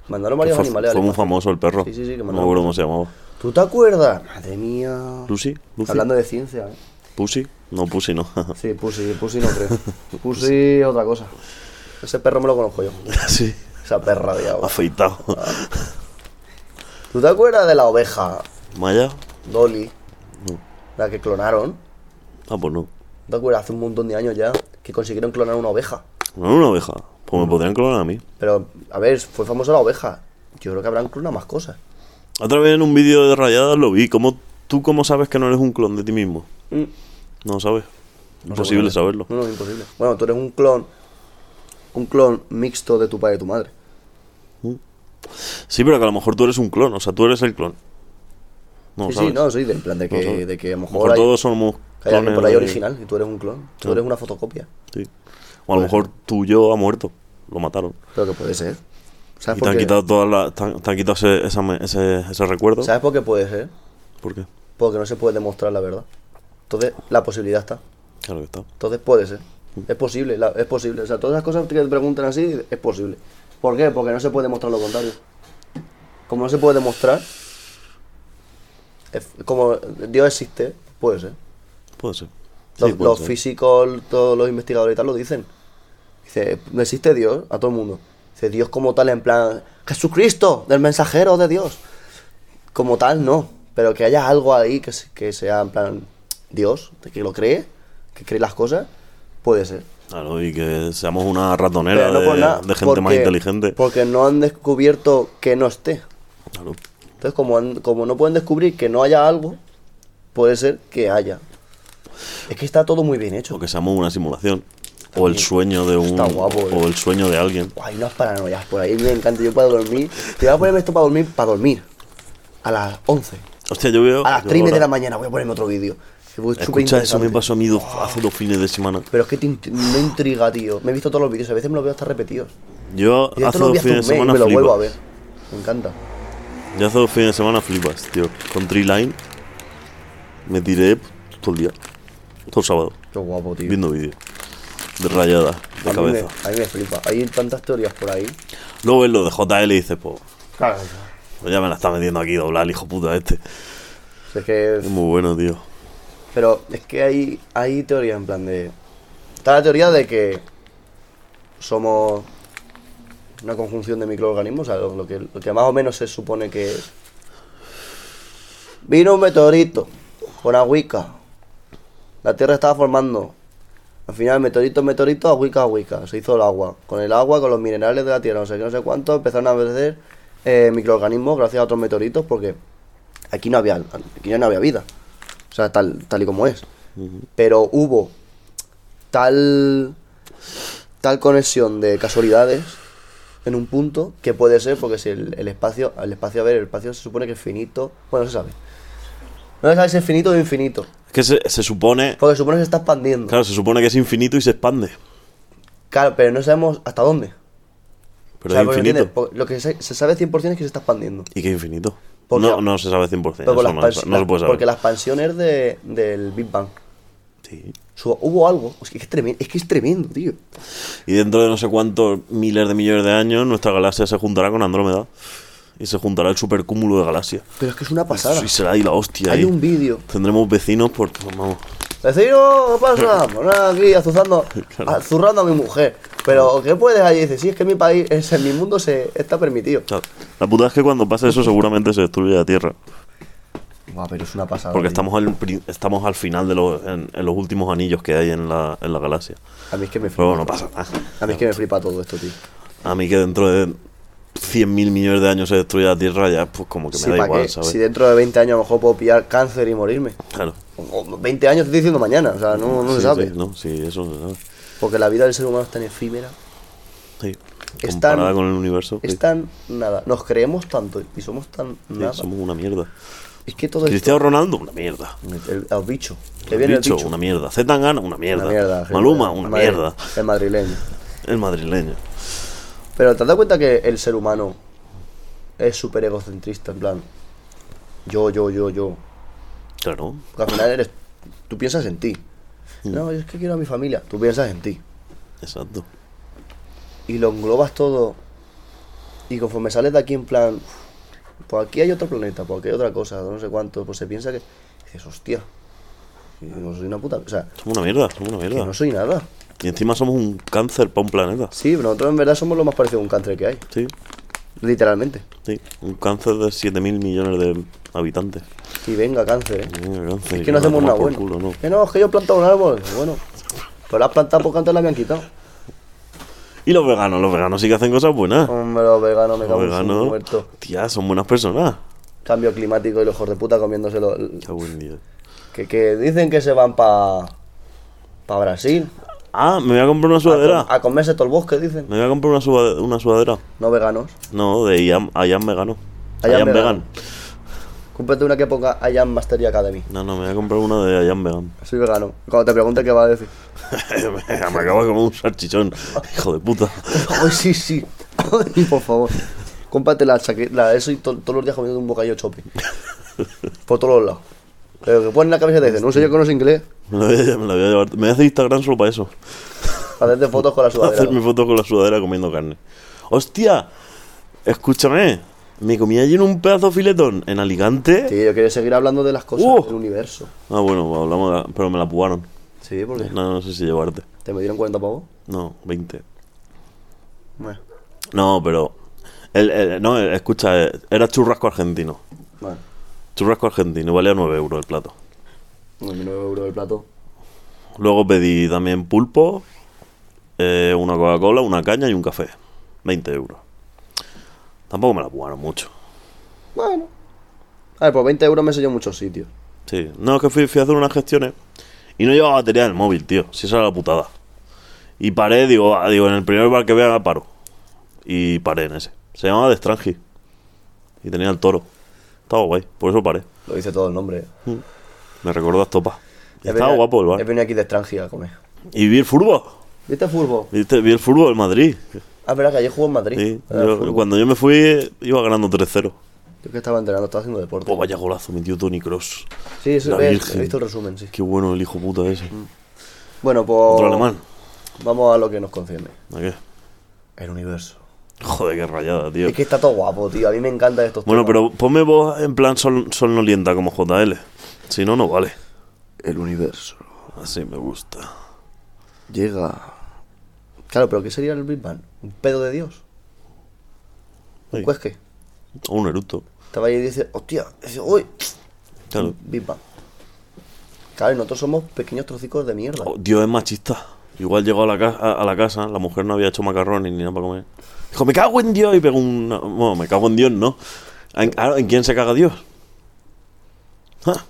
S1: Mandaron varios
S2: fue,
S1: animales. al
S2: fue muy
S1: espacio.
S2: famoso el perro.
S1: Sí, sí, sí, que
S2: no me
S1: mandaron.
S2: acuerdo cómo se llamaba.
S1: ¿Tú te acuerdas? Madre mía.
S2: Lucy, Lucy,
S1: Hablando de ciencia, ¿eh?
S2: Pussy. No, Pussy no.
S1: Sí, Pussy, Pussy no creo. Pussy otra cosa. Ese perro me lo conozco yo.
S2: sí,
S1: Esa perra, diablo.
S2: afeitado.
S1: Ah. ¿Tú te acuerdas de la oveja
S2: Maya.
S1: Dolly,
S2: No.
S1: la que clonaron?
S2: Ah, pues no.
S1: ¿No ¿Te acuerdas? Hace un montón de años ya que consiguieron clonar una oveja.
S2: No era una oveja. Pues me podrían clonar a mí.
S1: Pero, a ver, fue famosa la oveja. Yo creo que habrán clonado más cosas.
S2: Otra vez en un vídeo de rayadas lo vi. ¿Cómo, ¿Tú cómo sabes que no eres un clon de ti mismo?
S1: Mm.
S2: No lo sabes. Imposible saberlo.
S1: No, no, imposible. Bueno, tú eres un clon. Un clon mixto de tu padre y tu madre.
S2: Sí, pero que a lo mejor tú eres un clon. O sea, tú eres el clon. No lo
S1: sí,
S2: sabes.
S1: sí, no, soy del plan de
S2: No lo
S1: que,
S2: sabes.
S1: de que a lo
S2: A lo
S1: mejor, hay,
S2: todos eh. somos
S1: que hay alguien por ahí
S2: de-
S1: original y tú eres un clon. Tú
S2: Sí.
S1: eres una fotocopia.
S2: Sí. O
S1: Pues
S2: a lo mejor tuyo ha muerto. Lo mataron.
S1: Pero que puede ser. ¿Sabes
S2: Y te
S1: por
S2: han
S1: qué?
S2: quitado, todas las- te han, te han quitado ese, esa me- ese, ese recuerdo.
S1: ¿Sabes por qué puede ser?
S2: ¿Por qué?
S1: Porque no se puede demostrar la verdad. Entonces, la posibilidad está.
S2: Claro que está.
S1: Entonces puede ser. Es posible, la- es posible. O sea, todas las cosas que te preguntan así, es posible. ¿Por qué? Porque no se puede demostrar lo contrario. Como no se puede demostrar, es- como Dios existe, puede ser.
S2: Puede ser.
S1: Los,
S2: Sí, puede
S1: los
S2: ser.
S1: físicos, todos los investigadores y tal lo dicen. Dice, no existe Dios a todo el mundo. Dice, Dios como tal, en plan, Jesucristo, del mensajero de Dios. Como tal, no. Pero que haya algo ahí que, se- que sea, en plan, Dios, de que lo cree, que cree las cosas, puede ser.
S2: Claro, y que seamos una ratonera
S1: Pero no
S2: de,
S1: por nada,
S2: de gente más
S1: porque-
S2: inteligente.
S1: Porque no han descubierto que no esté.
S2: Claro.
S1: Entonces, como, han- como no pueden descubrir que no haya algo, puede ser que haya. Es que está todo muy bien hecho.
S2: O que seamos una simulación. O el sueño de un.
S1: Está guapo, eh.
S2: o el sueño de alguien.
S1: Hay unas paranoias por ahí, me encanta. Yo para dormir, te voy a ponerme esto para dormir, para dormir. A las 11,
S2: Hostia, yo veo.
S1: a las
S2: yo
S1: 3 y media de
S2: ahora-
S1: la mañana, voy a ponerme otro vídeo. que fue
S2: Escucha, eso
S1: superinteresante.
S2: me pasó a mí dos- hace dos fines de semana.
S1: Pero es que te int- me intriga, tío. Me he visto todos los vídeos, a veces me los veo hasta repetidos.
S2: Yo
S1: Y
S2: hace
S1: esto lo
S2: dos
S1: vi hace un
S2: fines
S1: mes
S2: de
S1: y
S2: semana
S1: me lo vuelvo a
S2: flipas.
S1: ver. Me encanta.
S2: Yo hace dos fines de semana flipas, tío. Con Tree Line me tiré todo el día. Todo el sábado.
S1: Qué guapo, tío.
S2: Viendo vídeos. De rayada, de
S1: a, mí me,
S2: cabeza.
S1: a mí me flipa. Hay tantas teorías por ahí.
S2: Luego ves lo de JL y dices, pues,
S1: Claro.
S2: pues ya me la está metiendo aquí doblar, el hijo puta este.
S1: Es que
S2: Es muy bueno, tío.
S1: Pero es que hay, hay teorías en plan de. Está la teoría de que somos una conjunción de microorganismos, o sea, lo, lo que, lo que más o menos se supone que es. Vino un meteorito con agüica. La Tierra estaba formando. Al final, meteorito, meteorito, agüica, agüica. Se hizo el agua. Con el agua, con los minerales de la Tierra, no sé qué, no sé cuánto, empezaron a crecer eh, microorganismos gracias a otros meteoritos porque aquí no había, aquí ya no había vida. O sea, tal, tal y como es. Pero hubo tal, tal conexión de casualidades en un punto que puede ser porque si el, el espacio, el espacio, a ver, el espacio se supone que es finito. Bueno, no se sabe. No se sabe si es finito o infinito.
S2: Es que se, se supone.
S1: Porque se supone que se está expandiendo. Claro.
S2: Claro, se supone que es infinito y se expande.
S1: pero no sabemos hasta dónde. O
S2: Pero
S1: sea,
S2: es
S1: porque,
S2: infinito.
S1: ¿entiendes? Porque Lo que se, se sabe 100% es que se está expandiendo.
S2: ¿Y qué infinito?
S1: Porque-
S2: no, no se sabe 100%.
S1: Pero
S2: eso
S1: por la
S2: no,
S1: expans-
S2: se- no se
S1: la-
S2: puede saber.
S1: porque la expansión es de, del Big Bang.
S2: Sí.
S1: Su- hubo algo. Es que es tremendo, es que es tremendo, tío.
S2: Y dentro de no sé cuántos miles de millones de años, nuestra galaxia se juntará con Andrómeda. Y se juntará el supercúmulo de galaxias.
S1: Pero es que es una pasada.
S2: Y será ahí la hostia.
S1: Hay
S2: ahí.
S1: un vídeo.
S2: Tendremos vecinos por. Vamos.
S1: Vecino, ¿qué pasa? Bueno, aquí azuzando, azurrando a mi mujer. Pero, ¿qué puedes allí? Dice, sí, es que en mi país, es- en mi mundo se está permitido.
S2: Claro. La puta es que cuando pase eso, seguramente se destruye la Tierra.
S1: Buah, pero es una pasada.
S2: Porque
S1: tío.
S2: estamos al, pri- estamos al final de los, en, en los últimos anillos que hay en la, en la galaxia.
S1: A mí es que me
S2: Pero
S1: flipa.
S2: bueno, no pasa nada.
S1: A mí es que me flipa todo esto, tío.
S2: A mí que dentro de 100.000 millones de años se destruya la Tierra, ya pues como que me
S1: Sí,
S2: da
S1: ¿para
S2: igual,
S1: qué?
S2: ¿sabes?
S1: Si dentro de 20 años a lo mejor puedo pillar cáncer y morirme.
S2: Claro.
S1: O- o 20 años te estoy diciendo mañana, o sea, no, no
S2: Sí,
S1: se sabe.
S2: sí, no, sí, eso se sabe.
S1: Porque la vida del ser humano es tan efímera,
S2: Sí.
S1: Es
S2: Comparada
S1: tan-
S2: con el universo, sí,
S1: es tan nada. Nos creemos tanto y somos tan
S2: sí,
S1: nada.
S2: somos una mierda.
S1: Es que todo esto.
S2: Cristiano Ronaldo, una mierda.
S1: El, el bicho. Que viene
S2: Bicho,
S1: el bicho.
S2: una mierda. Zetangana, una mierda.
S1: Una mierda,
S2: Maluma,
S1: el-
S2: una
S1: el madri-
S2: mierda.
S1: El madrileño.
S2: El madrileño.
S1: Pero te has dado cuenta que el ser humano es súper egocentrista, en plan. Yo, yo, yo, yo.
S2: Claro.
S1: Porque al final eres. Tú piensas en ti.
S2: Mm.
S1: No, yo es que quiero a mi familia. Tú piensas en ti.
S2: Exacto.
S1: Y lo englobas todo. Y conforme sales de aquí, en plan. "Uf, Pues aquí hay otro planeta, pues aquí hay otra cosa, no sé cuánto. Pues se piensa que. Dices, hostia. que No soy una puta. O sea,
S2: Somos una mierda, somos una
S1: que
S2: mierda.
S1: no soy nada.
S2: Y encima somos un cáncer para un planeta.
S1: Sí, pero nosotros en verdad somos lo más parecido a un cáncer que hay.
S2: Sí,
S1: Literalmente.
S2: sí. Un cáncer de 7.000 millones de habitantes.
S1: Y venga, cáncer, eh.
S2: Mira, cáncer,
S1: Es que
S2: que
S1: no
S2: la
S1: hacemos
S2: toma
S1: nada
S2: por
S1: bueno.
S2: culo, no.
S1: Que no, es que yo he plantado un árbol. Bueno, pero las plantas porque antes la habían quitado.
S2: Y los veganos, los veganos sí que hacen cosas buenas.
S1: Hombre, los veganos me
S2: Los
S1: cago en su
S2: veganos,
S1: muerto.
S2: tía, son buenas personas.
S1: Cambio climático y los hijos de puta comiéndose los.
S2: Qué buen día.
S1: Que, que dicen que se van para. para Brasil.
S2: Ah, me voy a comprar una
S1: A,
S2: sudadera.
S1: com- a comerse todo el bosque, dicen.
S2: Me voy a comprar una, suba- una sudadera.
S1: No veganos.
S2: No, de Ian, Ian Vegano.
S1: I am
S2: Ian
S1: vegan.
S2: Vegan.
S1: Cúmprate una que ponga I am Mastery Academy.
S2: No, no, me voy a comprar una de Ian Vegan.
S1: Soy vegano. Cuando te pregunte qué va a decir.
S2: me acabo de comer un salchichón. Hijo de puta.
S1: Ay, sí, sí. Ay, por favor. Cómprate la chaqueta, la eso y to- todos los días comiendo un bocadillo chope. Por todos los lados. Pero que ponen la cabeza y te dicen, no sé yo conoce inglés.
S2: Me la voy a, me la voy a llevar. Me voy a hacer Instagram solo para eso.
S1: Para hacerte fotos con la
S2: Para
S1: sudadera.
S2: hacerme fotos con la sudadera comiendo carne. ¡Hostia! Escúchame. Me comí ayer un pedazo de filetón en Alicante.
S1: Sí, yo quiero seguir hablando de las cosas
S2: Uh.
S1: del universo.
S2: Ah, bueno, hablamos, de la- pero me la pugaron.
S1: Sí, porque
S2: No, no sé si llevarte.
S1: te me dieron 40 pavos.
S2: No, 20.
S1: Bueno,
S2: No, pero. el- el- no, el- escucha, eh, era churrasco argentino.
S1: bueno.
S2: Churrasco argentino, valía 9 euros el plato.
S1: 9 euros el plato.
S2: Luego pedí también pulpo, eh, una Coca-Cola, una caña y un café. 20 euros. Tampoco me la pugaron mucho.
S1: Bueno. A ver, por 20 euros me enseñó muchos sitios.
S2: Sí, no, es que fui, fui a hacer unas gestiones y no llevaba batería del móvil, tío. Si esa era la putada. Y paré, digo, ah, digo, en el primer bar que vea paro. Y paré en ese. Se llamaba The Strange. Y tenía el toro. Estaba guay, por eso paré.
S1: Lo dice todo el nombre.
S2: Me recordó a Estopa.
S1: He
S2: Estaba
S1: venido-
S2: guapo el
S1: He
S2: bar.
S1: venido aquí de extranjera a comer.
S2: Y vi el fútbol.
S1: ¿Viste fútbol?
S2: ¿Viste? Vi el fútbol en Madrid.
S1: Ah, es verdad que ayer jugó en Madrid.
S2: Sí,
S1: Era
S2: yo-
S1: fútbol.
S2: cuando yo me fui iba ganando 3-0.
S1: Yo que estaba entrenando, estaba haciendo deporte.
S2: Oh, vaya golazo, metió Tony Cross.
S1: Sí, eso
S2: La
S1: es,
S2: Virgen.
S1: he visto el resumen, sí.
S2: Qué bueno el hijo puta ese.
S1: Bueno, pues.
S2: Otro alemán.
S1: Vamos a lo que nos concierne.
S2: ¿A qué?
S1: El universo.
S2: Joder, qué rayada, tío.
S1: Es que está todo guapo, tío. A mí me encantan estos
S2: Bueno,
S1: temas.
S2: pero ponme voz en plan sol, solnolienta como JL. Si no, no vale.
S1: El universo
S2: Así me gusta.
S1: llega. Claro, pero ¿qué sería el Big Bang? ¿Un pedo de Dios?
S2: Ay,
S1: ¿Un cuesque?
S2: o un eruto.
S1: Estaba ahí y dice, hostia, dice, uy,
S2: Claro.
S1: Big Bang. Claro, y nosotros somos pequeños trocicos de mierda.
S2: Oh, Dios es machista. Igual llegó a la, ca- a, a la casa, la mujer no había hecho macarrones ni nada para comer. Dijo, me cago en Dios y pegó un... Bueno, me cago en Dios, ¿no? ¿En, ah, ¿en quién se caga Dios? Ah,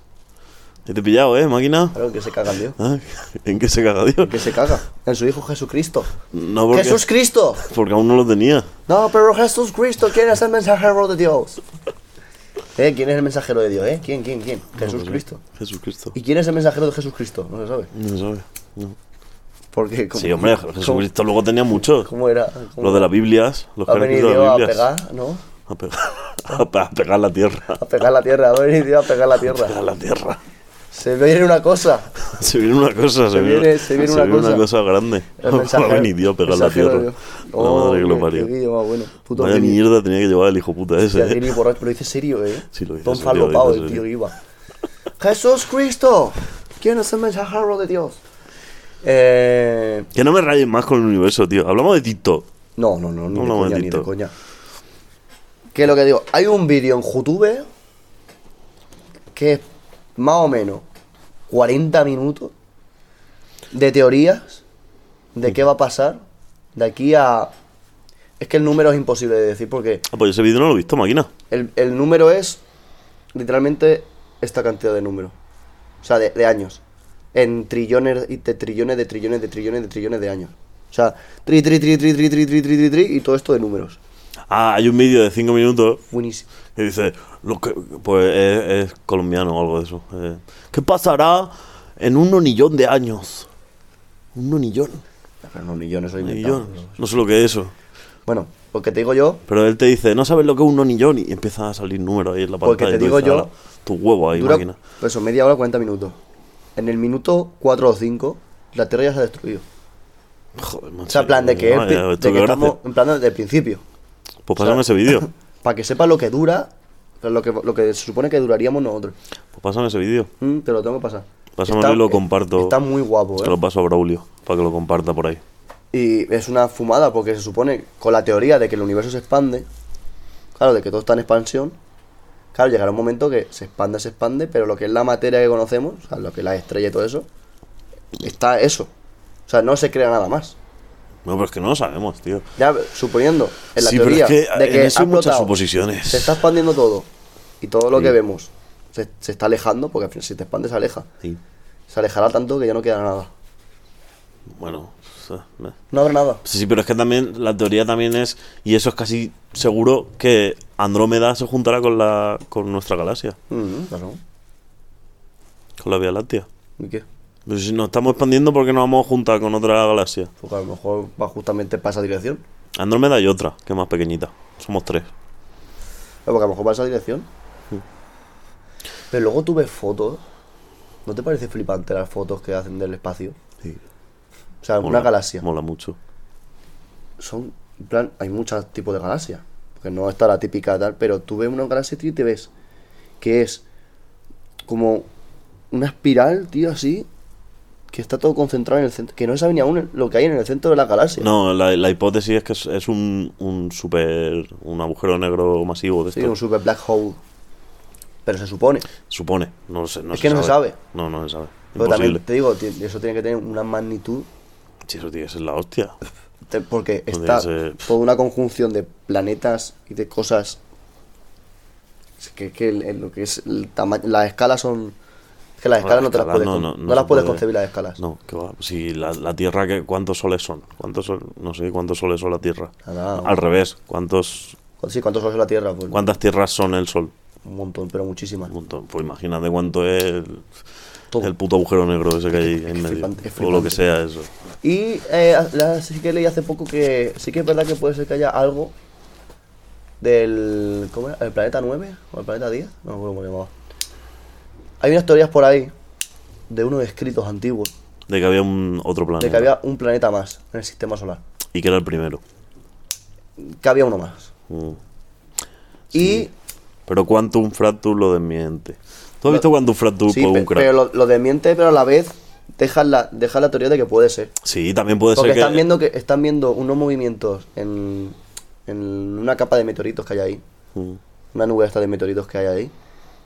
S2: Te he pillado, ¿eh, máquina?
S1: Claro, que se caga en Dios.
S2: Ah, ¿En qué se caga Dios?
S1: Que se caga. En su hijo Jesucristo.
S2: No, porque,
S1: ¡Jesús Cristo!
S2: porque aún no lo tenía.
S1: No, pero Jesús Cristo, ¿quién es el mensajero de Dios? ¿Eh? ¿Quién es el mensajero de Dios? ¿Eh? ¿Quién, quién, quién? Jesús
S2: pues,
S1: Cristo.
S2: Jesucristo.
S1: ¿Y quién es el mensajero de Jesucristo? No se sabe.
S2: No sabe. No.
S1: Porque, ¿cómo-
S2: Sí, hombre, Jesucristo luego tenía muchos.
S1: ¿Cómo era?
S2: Los de las Biblias, los
S1: Va
S2: que
S1: a
S2: han
S1: venir
S2: escrito
S1: Dios
S2: las
S1: a
S2: Biblias.
S1: pegar, ¿no?
S2: A pegar. A pe- a pegar la tierra.
S1: A pegar la tierra, va a venir Dios a pegar la
S2: A pegar
S1: tierra.
S2: la tierra.
S1: Se viene una cosa.
S2: Se viene una cosa, se,
S1: viene- se viene una cosa.
S2: grande.
S1: El
S2: Va a
S1: mensajero-
S2: venir Dios a pegar la
S1: mensajero de
S2: tierra.
S1: Dios.
S2: La
S1: Oh,
S2: madre que lo
S1: qué-
S2: parió.
S1: qué guillo más bueno. Puto
S2: Vaya
S1: Guini.
S2: mierda tenía que llevar el hijo puta ese.
S1: Hostia,
S2: eh.
S1: Guini borracho, lo dice serio, ¿eh?
S2: Sí, lo dice
S1: Don
S2: serio, lo dice
S1: falopao, el
S2: serio.
S1: tío que iba. ¡Jesús Cristo! ¿Quién es el mensajero de Dios? Eh...
S2: Que no me rayes más con el universo, tío. Hablamos de TikTok.
S1: No, no, no, ni de
S2: Una
S1: coña, ni de
S2: momentito.
S1: coña. Que es lo que digo, hay un vídeo en YouTube que es más o menos 40 minutos de teorías de qué va a pasar de aquí a... Es que el número es imposible de decir porque
S2: Ah, pues ese vídeo no lo he visto, máquina.
S1: el, el número es literalmente esta cantidad de números. O sea, de, de años. En trillones y de trillones de trillones de trillones de trillones de años. O sea, tri, tri, tri, tri, tri, tri, tri, tri, tri, tri, y todo esto de números.
S2: Ah, hay un vídeo de 5 minutos
S1: Buenísimo.
S2: que dice, lo que, pues es, es colombiano o algo de eso. eh, ¿Qué pasará en un nonillón de años? Un nonillón.
S1: Pero no, ni yo no soy
S2: nonillón.
S1: inventado.
S2: No sé lo que es eso.
S1: Bueno, porque te digo yo,
S2: Pero él te dice, no sabes lo que es un nonillón y empieza a salir números ahí en la pantalla.
S1: Porque te
S2: y tú
S1: digo
S2: dices,
S1: yo,
S2: "Hala, Tu huevo ahí,
S1: dura
S2: máquina.
S1: pues eso, media hora, 40 minutos. En el minuto 4 o 5, la Tierra ya se ha destruido.
S2: Joder, macho.
S1: O sea, en plan de que, es
S2: Vaya,
S1: pi- de
S2: esto
S1: que
S2: qué gracia.
S1: estamos en plan desde el principio.
S2: Pues pásame
S1: o sea-
S2: ese vídeo.
S1: Para que sepa lo que dura, pero lo que, lo que se supone que duraríamos nosotros.
S2: Pues pásame ese vídeo.
S1: Mm, te lo tengo que pasar.
S2: Pásamelo y lo comparto.
S1: Está muy guapo,
S2: Te
S1: ¿eh?
S2: lo paso a Braulio para que lo comparta por ahí.
S1: Y es una fumada porque se supone, con la teoría de que el universo se expande, claro, de que todo está en expansión, claro, llegará un momento que se expande, se expande, pero lo que es la materia que conocemos, o sea, lo que es la estrella y todo eso, está eso. O sea, no se crea nada más.
S2: No, pero es que no lo sabemos, tío.
S1: Ya suponiendo, en la
S2: Sí, pero
S1: teoría,
S2: es que
S1: de que
S2: en eso
S1: ha
S2: hay muchas
S1: explotado,
S2: suposiciones.
S1: Se está expandiendo todo. Y todo lo
S2: Sí.
S1: que vemos se, se está alejando, porque al final si te expandes se aleja.
S2: Sí.
S1: Se alejará tanto que ya no queda nada.
S2: Bueno, o sea, me-
S1: No habrá nada.
S2: sí, sí, pero es que también la teoría también es, y eso es casi seguro, que Andrómeda se juntará con la con nuestra galaxia,
S1: Mm, claro.
S2: con la Vía Láctea.
S1: ¿Y qué?
S2: Pero si nos estamos expandiendo, ¿por qué nos vamos a juntar con otra galaxia?
S1: Porque a lo mejor va justamente para esa dirección. Eh,
S2: Andrómeda y otra, que es más pequeñita. Somos tres.
S1: No, Porque a lo mejor va a esa dirección.
S2: Mm.
S1: Pero luego tú ves fotos. ¿No te parece flipante las fotos que hacen del espacio?
S2: Sí.
S1: O sea, una galaxia.
S2: Mola mucho.
S1: Son, en plan, hay muchos tipos de galaxias. Porque no está la típica tal, pero tú ves una galaxia tío, y te ves que es como una espiral, tío, así, que está todo concentrado en el centro. Que no sabe ni aún lo que hay en el centro de la galaxia.
S2: No, la, la hipótesis es que es, es un, un super. un agujero negro masivo de
S1: Sí,
S2: esto.
S1: un super black hole. Pero se supone.
S2: Supone. No lo sé. No
S1: Es que no se sabe.
S2: No, no se sabe.
S1: Pero
S2: Imposible.
S1: también te digo, ti- eso tiene que tener una magnitud
S2: Sí, eso tiene que ser la hostia.
S1: te- porque
S2: Podría
S1: está
S2: ser-
S1: toda una conjunción de planetas y de cosas. Es que, que el- el- lo que es el tama- las escalas son. Es que las escalas no, te las
S2: escalas
S1: puedes,
S2: no-
S1: con-
S2: no- no
S1: no
S2: se
S1: las puedes
S2: puede.
S1: concebir las escalas.
S2: No, que va. Si la, la Tierra, ¿qué- ¿cuántos soles son? ¿Cuántos sol- no sé cuántos soles son la Tierra.
S1: Nada.
S2: Al revés, ¿cuántos,
S1: Sí, ¿cuántos soles es la Tierra? Pues
S2: ¿cuántas tierras son el Sol?
S1: un montón, pero muchísimas.
S2: Un montón. Pues imagínate cuánto es el,
S1: Todo.
S2: el puto agujero negro ese que hay en medio.
S1: flipante, es
S2: o lo
S1: flipante.
S2: que sea eso.
S1: Y eh, la- sí que leí hace poco que sí que es verdad que puede ser que haya algo del. ¿Cómo era? ¿El planeta 9? ¿O el planeta 10? No me acuerdo cómo se llamaba. Hay unas teorías por ahí de unos escritos antiguos
S2: De que había un otro planeta.
S1: de que había un planeta más en el sistema solar.
S2: Y que era el primero.
S1: Que había uno más.
S2: Mm. Pero Quantum Fracture lo desmiente. ¿Tú
S1: Lo-
S2: has visto Quantum Fracture
S1: Y. Sí,
S2: por
S1: pe-
S2: un crack?
S1: pero lo, lo desmiente, pero a la vez deja la, deja la teoría de que puede ser.
S2: Sí, también puede
S1: Porque
S2: ser que.
S1: están viendo que están viendo unos movimientos en, en una capa de meteoritos que hay ahí.
S2: Mm.
S1: una nube hasta de meteoritos que hay ahí,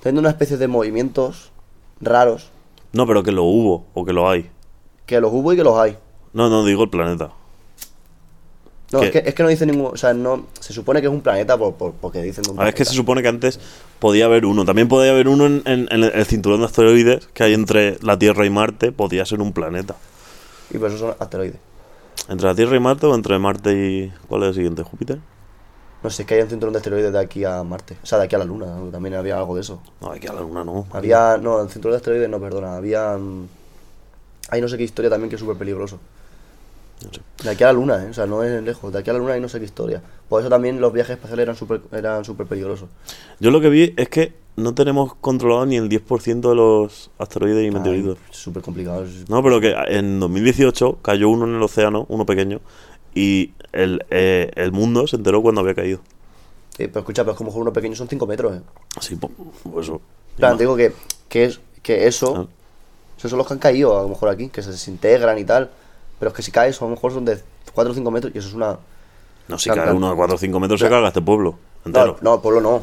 S1: teniendo una especie de movimientos raros
S2: No, pero que lo hubo o que lo hay.
S1: que los hubo y que los hay.
S2: No, no, digo el planeta.
S1: No,
S2: ¿Qué?
S1: es que, es que no dice ningún. O sea, no. Se supone que es un planeta por, por- porque dicen de un
S2: A ver, es que se
S1: planeta.
S2: supone que antes podía haber uno. También podía haber uno en, en- en el cinturón de asteroides que hay entre la Tierra y Marte. Podía ser un planeta.
S1: Y por eso son asteroides.
S2: ¿Entre la Tierra y Marte o entre Marte y. ¿Cuál es el siguiente? ¿Júpiter?
S1: No sé, es que hay un cinturón de asteroides de aquí a Marte. O sea, de aquí a la Luna. ¿no? También había algo de eso.
S2: No, aquí a la Luna no.
S1: Había. No, el cinturón de asteroides no, perdona. Había. mm, Hay no sé qué historia también que es súper peligroso.
S2: No sé.
S1: De aquí a la Luna, ¿eh? O sea, no es lejos. De aquí a la Luna hay no sé qué historia. Por eso también los viajes espaciales eran súper eran súper peligrosos.
S2: Yo lo que vi es que no tenemos controlado ni el 10% de los asteroides y meteoritos.
S1: Ay, Súper complicado. es-
S2: No, pero que en 2018 cayó uno en el océano, uno pequeño, y el, eh, el mundo se enteró cuando había caído.
S1: Sí, Eh, pero escucha, pero es como uno pequeño son 5 metros, ¿eh?
S2: Así, po- pues eso.
S1: En plan, te digo que, que, es, que eso,
S2: Ah.
S1: esos son los que han caído a lo mejor aquí, que se desintegran y tal. Pero es que si caes, a lo mejor son de 4 o 5 metros y eso es una.
S2: No, si
S1: Claro,
S2: cae
S1: claro.
S2: uno a 4 o 5 metros se
S1: Claro.
S2: caga este pueblo entero.
S1: No, no, pueblo no.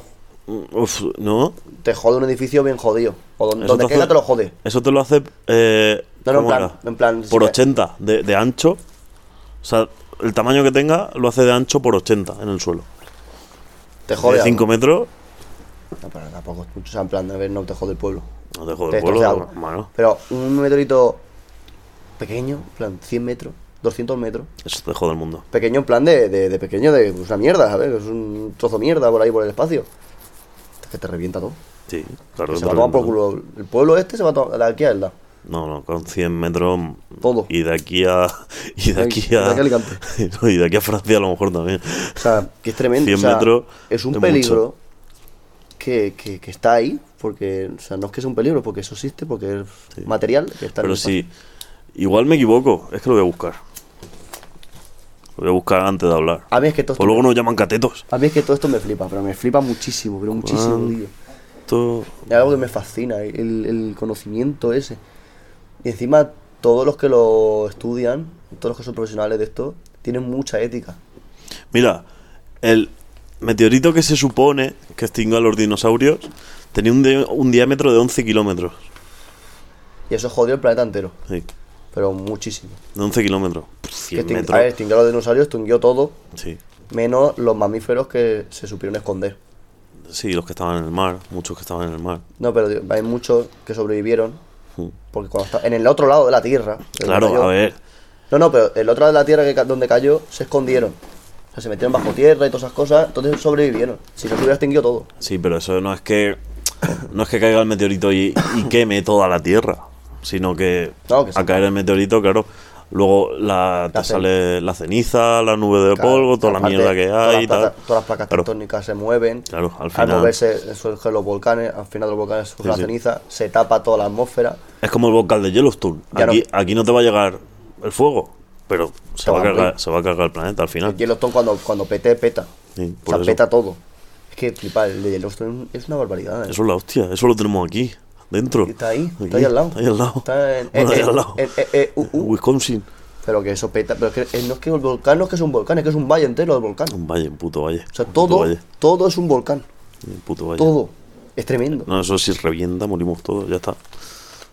S2: Uf, no.
S1: Te jode un edificio bien jodido. O don-
S2: Eso
S1: donde
S2: te
S1: caiga
S2: hace-
S1: te lo jode.
S2: Eso te lo hace. eh,
S1: No, no, en
S2: ¿cómo
S1: plan-
S2: era?
S1: en plan, eh. si
S2: Por
S1: cae-
S2: 80 de, de ancho. O sea, el tamaño que tenga lo hace de ancho por 80 en el suelo.
S1: Te
S2: De
S1: jode.
S2: 5 metros.
S1: algo. No, pero tampoco es mucho. O sea, en plan, a ver, no te jode el pueblo.
S2: No te jode
S1: Te
S2: el pueblo.
S1: destroza algo.
S2: Bueno,
S1: Pero un meteorito pequeño, en plan, 100 metros, 200 metros.
S2: Eso te jode el mundo.
S1: Pequeño en plan de, de, de pequeño, de pues, una mierda, ¿sabes? Es un trozo de mierda por ahí por el espacio. Es que te revienta todo.
S2: Sí, claro. que
S1: se
S2: te
S1: va a tomar por
S2: revienta.
S1: culo. El pueblo este se va a tomar. La alquiler, la.
S2: No, no, con 100 metros.
S1: Todo.
S2: Y de aquí a. Y de aquí a.
S1: De aquí a Alicante.
S2: No, y de aquí a Francia a lo mejor también.
S1: O sea, que es tremendo.
S2: 100
S1: o sea,
S2: metros
S1: es un
S2: es
S1: peligro
S2: mucho.
S1: que, que, que está ahí, porque, o sea, no es que sea un peligro, porque eso existe, porque es material que está en
S2: Pero
S1: el
S2: sí. Igual me equivoco. Es que lo voy a buscar. Lo voy a buscar antes de hablar.
S1: espacio. A mí es que todo
S2: O
S1: esto,
S2: luego nos llaman catetos.
S1: a mí es que todo esto me flipa, pero me flipa muchísimo, pero muchísimo,
S2: Juan.
S1: tío.
S2: Esto.
S1: Es algo que me fascina, el, el conocimiento ese. Y encima, todos los que lo estudian, todos los que son profesionales de esto, tienen mucha ética.
S2: Mira, el meteorito que se supone que extinguió a los dinosaurios tenía un, de- un diámetro de 11 kilómetros.
S1: Y eso jodió el planeta entero,
S2: Sí,
S1: pero muchísimo.
S2: de 11 kilómetros.
S1: Que
S2: 100
S1: extin- a ver,
S2: metros.
S1: extinguió a los dinosaurios, extinguió todo,
S2: Sí.
S1: menos los mamíferos que se supieron esconder.
S2: sí, los que estaban en el mar. Muchos que estaban en el mar.
S1: No, pero digo, hay muchos que sobrevivieron.
S2: Mm.
S1: Porque cuando está en el otro lado de la tierra. de donde
S2: Claro,
S1: cayó-
S2: a ver.
S1: No, no, pero el otro lado de la tierra que, ca- donde cayó se escondieron. O sea, se metieron bajo tierra y todas esas cosas. Entonces sobrevivieron. Si no se hubiera extinguido todo.
S2: Sí, pero eso no es que no es que caiga el meteorito y, y queme toda la Tierra, sino que,
S1: No, que sí.
S2: a caer el meteorito, claro, luego la, te
S1: La cen-
S2: sale la ceniza, la nube de
S1: Claro,
S2: polvo, toda la
S1: aparte,
S2: mierda que
S1: todas
S2: hay
S1: las
S2: y tal.
S1: placas- Todas las placas
S2: Claro,
S1: tectónicas se mueven.
S2: Claro, al
S1: Al
S2: final
S1: moverse surgen los volcanes, al final de los volcanes surge
S2: Sí,
S1: la
S2: sí.
S1: ceniza, se tapa toda la atmósfera.
S2: es como el volcán de Yellowstone.
S1: Ya no-
S2: Aquí, aquí no te va a llegar el fuego, pero se
S1: Te
S2: va, a
S1: va a
S2: cargar,
S1: morir.
S2: se va a cargar el planeta al final.
S1: El Yellowstone cuando, cuando pete, peta.
S2: Sí,
S1: o
S2: por
S1: sea,
S2: eso.
S1: peta todo. Es que flipar, el de Yellowstone es una barbaridad. ¿eh?
S2: Eso es la hostia, eso lo tenemos aquí, dentro.
S1: Está ahí,
S2: Aquí,
S1: está ahí al lado.
S2: Está ahí al lado.
S1: Está en-
S2: Bueno,
S1: eh,
S2: ahí al
S1: eh,
S2: lado.
S1: eh, eh, eh, uh, uh.
S2: Wisconsin.
S1: Pero que eso peta. Pero es que eh, no es que el volcán no es que es un volcán, es que es un valle entero del volcán.
S2: Un valle, un puto valle.
S1: O sea,
S2: un puto
S1: todo,
S2: valle,
S1: todo es un volcán.
S2: un puto valle.
S1: Todo. Es tremendo.
S2: No, eso si revienta, morimos todos, ya está.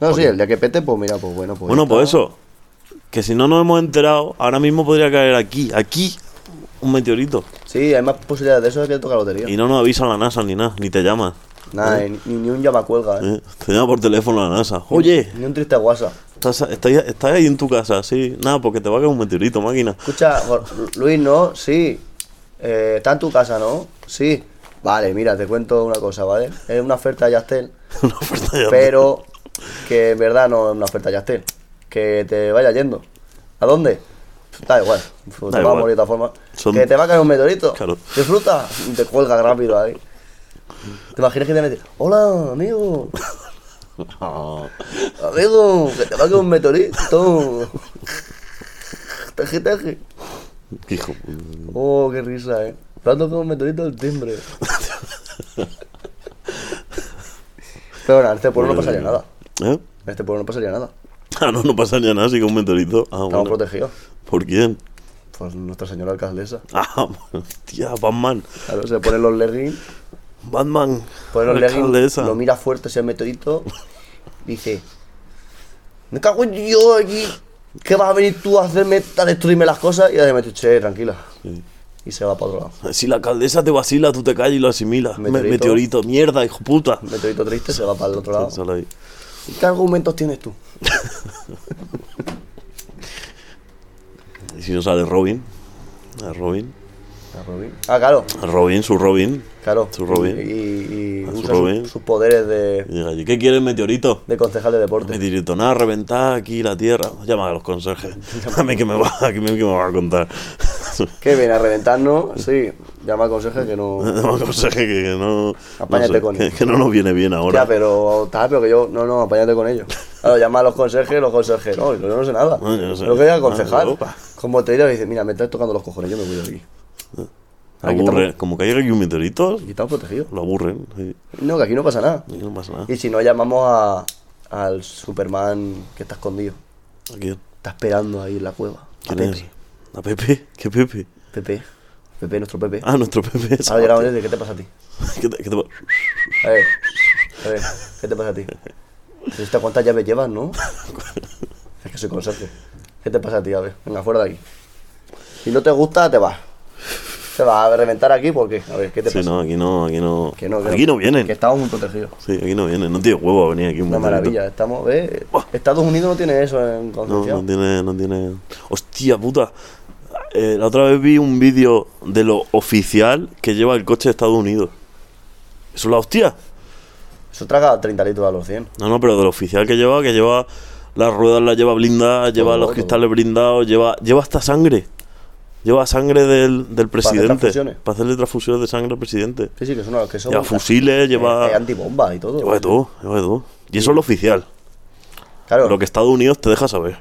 S1: No, sí, el día que pete, pues mira, pues bueno, pues.
S2: bueno,
S1: ya Pues está.
S2: pues eso. Que si no nos hemos enterado, ahora mismo podría caer aquí, aquí, un meteorito.
S1: Sí, hay más posibilidades de eso que tocar lotería.
S2: Y no nos avisa la NASA ni nada, ni te llama.
S1: Nada, eh, ni, ni un llamacuelga, eh.
S2: ¿eh? Te llama por teléfono la NASA. Oye,
S1: Ni un triste guasa.
S2: estás, estás- estás ahí en tu casa, sí. Nada, porque te va a caer un meteorito, máquina.
S1: Escucha, Jor- Luis, ¿no? Sí. Eh, está en tu casa, ¿no? Sí. Vale, mira, te cuento una cosa, ¿vale? Es una oferta de Yastel,
S2: Una oferta ya.
S1: pero que en verdad no es una oferta de Yastel. Que te vaya yendo. ¿A dónde? Pues Da igual. Te
S2: Da
S1: va a
S2: igual.
S1: morir de todas formas.
S2: Son-
S1: Que te va a caer un meteorito.
S2: Claro.
S1: Disfruta. Y Te cuelga rápido ahí. ¿Te imaginas que te van a decir, hola, amigo?
S2: No.
S1: Amigo, que te va a caer un meteorito. Teje, teje.
S2: Hijo.
S1: Oh, qué risa, eh. Tanto como me meteorito el timbre. Pero bueno, en este pueblo no pasaría nada.
S2: ¿Eh?
S1: En este pueblo no pasaría nada.
S2: Ah, no, no pasa ni nada, así que un meteorito. Ah,
S1: Estamos
S2: bueno.
S1: protegidos.
S2: ¿Por quién?
S1: Pues nuestra señora alcaldesa.
S2: Ah, tía, Batman.
S1: Claro, se ponen los leggings,
S2: Batman.
S1: pone los
S2: la
S1: leggings,
S2: alcaldesa.
S1: lo mira fuerte ese meteorito, dice, me cago en yo aquí, ¿qué vas a venir tú a hacerme, a destruirme las cosas? Y además, che, tranquila.
S2: Sí.
S1: Y se va para otro lado.
S2: Si la alcaldesa te vacila, tú te callas y lo asimilas. Me-
S1: Meteorito.
S2: Meteorito, mierda, hijo puta.
S1: El meteorito triste se va para el otro lado.
S2: Solo ahí.
S1: ¿Y qué argumentos tienes tú?
S2: Y si no sale Robin. A Robin.
S1: A Robin. Ah, claro.
S2: A Robin, su Robin.
S1: Claro.
S2: Su Robin.
S1: Y, y- y
S2: A su
S1: usa su-
S2: Robin.
S1: sus poderes de,
S2: Y diga allí, ¿qué quiere el meteorito?
S1: de concejal de deporte.
S2: Meteorito, nada, reventar aquí la tierra. Llama a los conserjes. A mí que me va, a mí que me va a contar.
S1: Que viene a reventarnos. Sí, llama al conserje que no.
S2: Llama al conserje que, que no.
S1: Apáñate
S2: no sé,
S1: con él.
S2: que, que no nos viene bien ahora.
S1: Ya, pero está, pero que yo. No, no, apáñate con ellos. Claro, llama a los conserjes, los conserjes. No, yo no sé nada.
S2: No, yo no sé.
S1: Lo que diga el
S2: Ah,
S1: concejal.
S2: opa.
S1: Como te digo, dice, mira, me estás tocando los cojones, yo me voy de aquí. aquí
S2: Aburre.
S1: estamos-
S2: Como caiga aquí un meteorito,
S1: Aquí estamos protegidos.
S2: lo aburren. sí.
S1: No, que aquí no pasa nada.
S2: Aquí no pasa nada.
S1: Y si no, llamamos a, al Superman que está escondido.
S2: ¿A quién?
S1: Está esperando ahí en la cueva. A
S2: ¿Quién es?
S1: Pepe.
S2: ¿A Pepe? ¿Qué Pepe?
S1: Pepe. Pepe, nuestro Pepe.
S2: Ah, nuestro Pepe.
S1: Ahora llegamos desde ¿qué te pasa a ti?
S2: ¿Qué te- qué te-
S1: A ver, a ver, ¿qué te pasa a ti? ¿Esta cuántas llaves llevas, no? Es que soy conserje. ¿Qué te pasa a ti? A ver, venga, fuera de aquí. Si no te gusta, te vas. Se va a reventar aquí porque. A ver, ¿qué te
S2: Sí,
S1: pasa?
S2: no, aquí no, aquí no.
S1: Que no, que
S2: aquí no vienen.
S1: Que estamos muy protegidos.
S2: Sí, aquí no vienen. No tiene huevo a venir aquí un
S1: Una
S2: montón de-
S1: maravilla. Estamos, ¿ves? Estados Unidos no tiene eso en
S2: No, no
S1: Concepción.
S2: tiene, no tiene. Hostia puta. Eh, la otra vez vi un vídeo de lo oficial que lleva el coche de Estados Unidos. Eso es la hostia.
S1: Eso traga 30 litros a los 100.
S2: No, no, pero de lo oficial que lleva, que lleva las ruedas, las lleva blindadas, lleva
S1: Todo,
S2: los
S1: todo.
S2: cristales blindados, lleva, lleva hasta sangre. Lleva sangre del, del
S1: hacer
S2: presidente.
S1: transfusiones.
S2: para hacerle transfusiones de sangre al presidente.
S1: Sí, sí, que son los que son.
S2: Lleva fusiles, lleva.
S1: Eh, antibombas y todo.
S2: Lleva de todo, lleva de todo. Y eso es lo oficial.
S1: Claro,
S2: Lo que Estados Unidos te deja saber.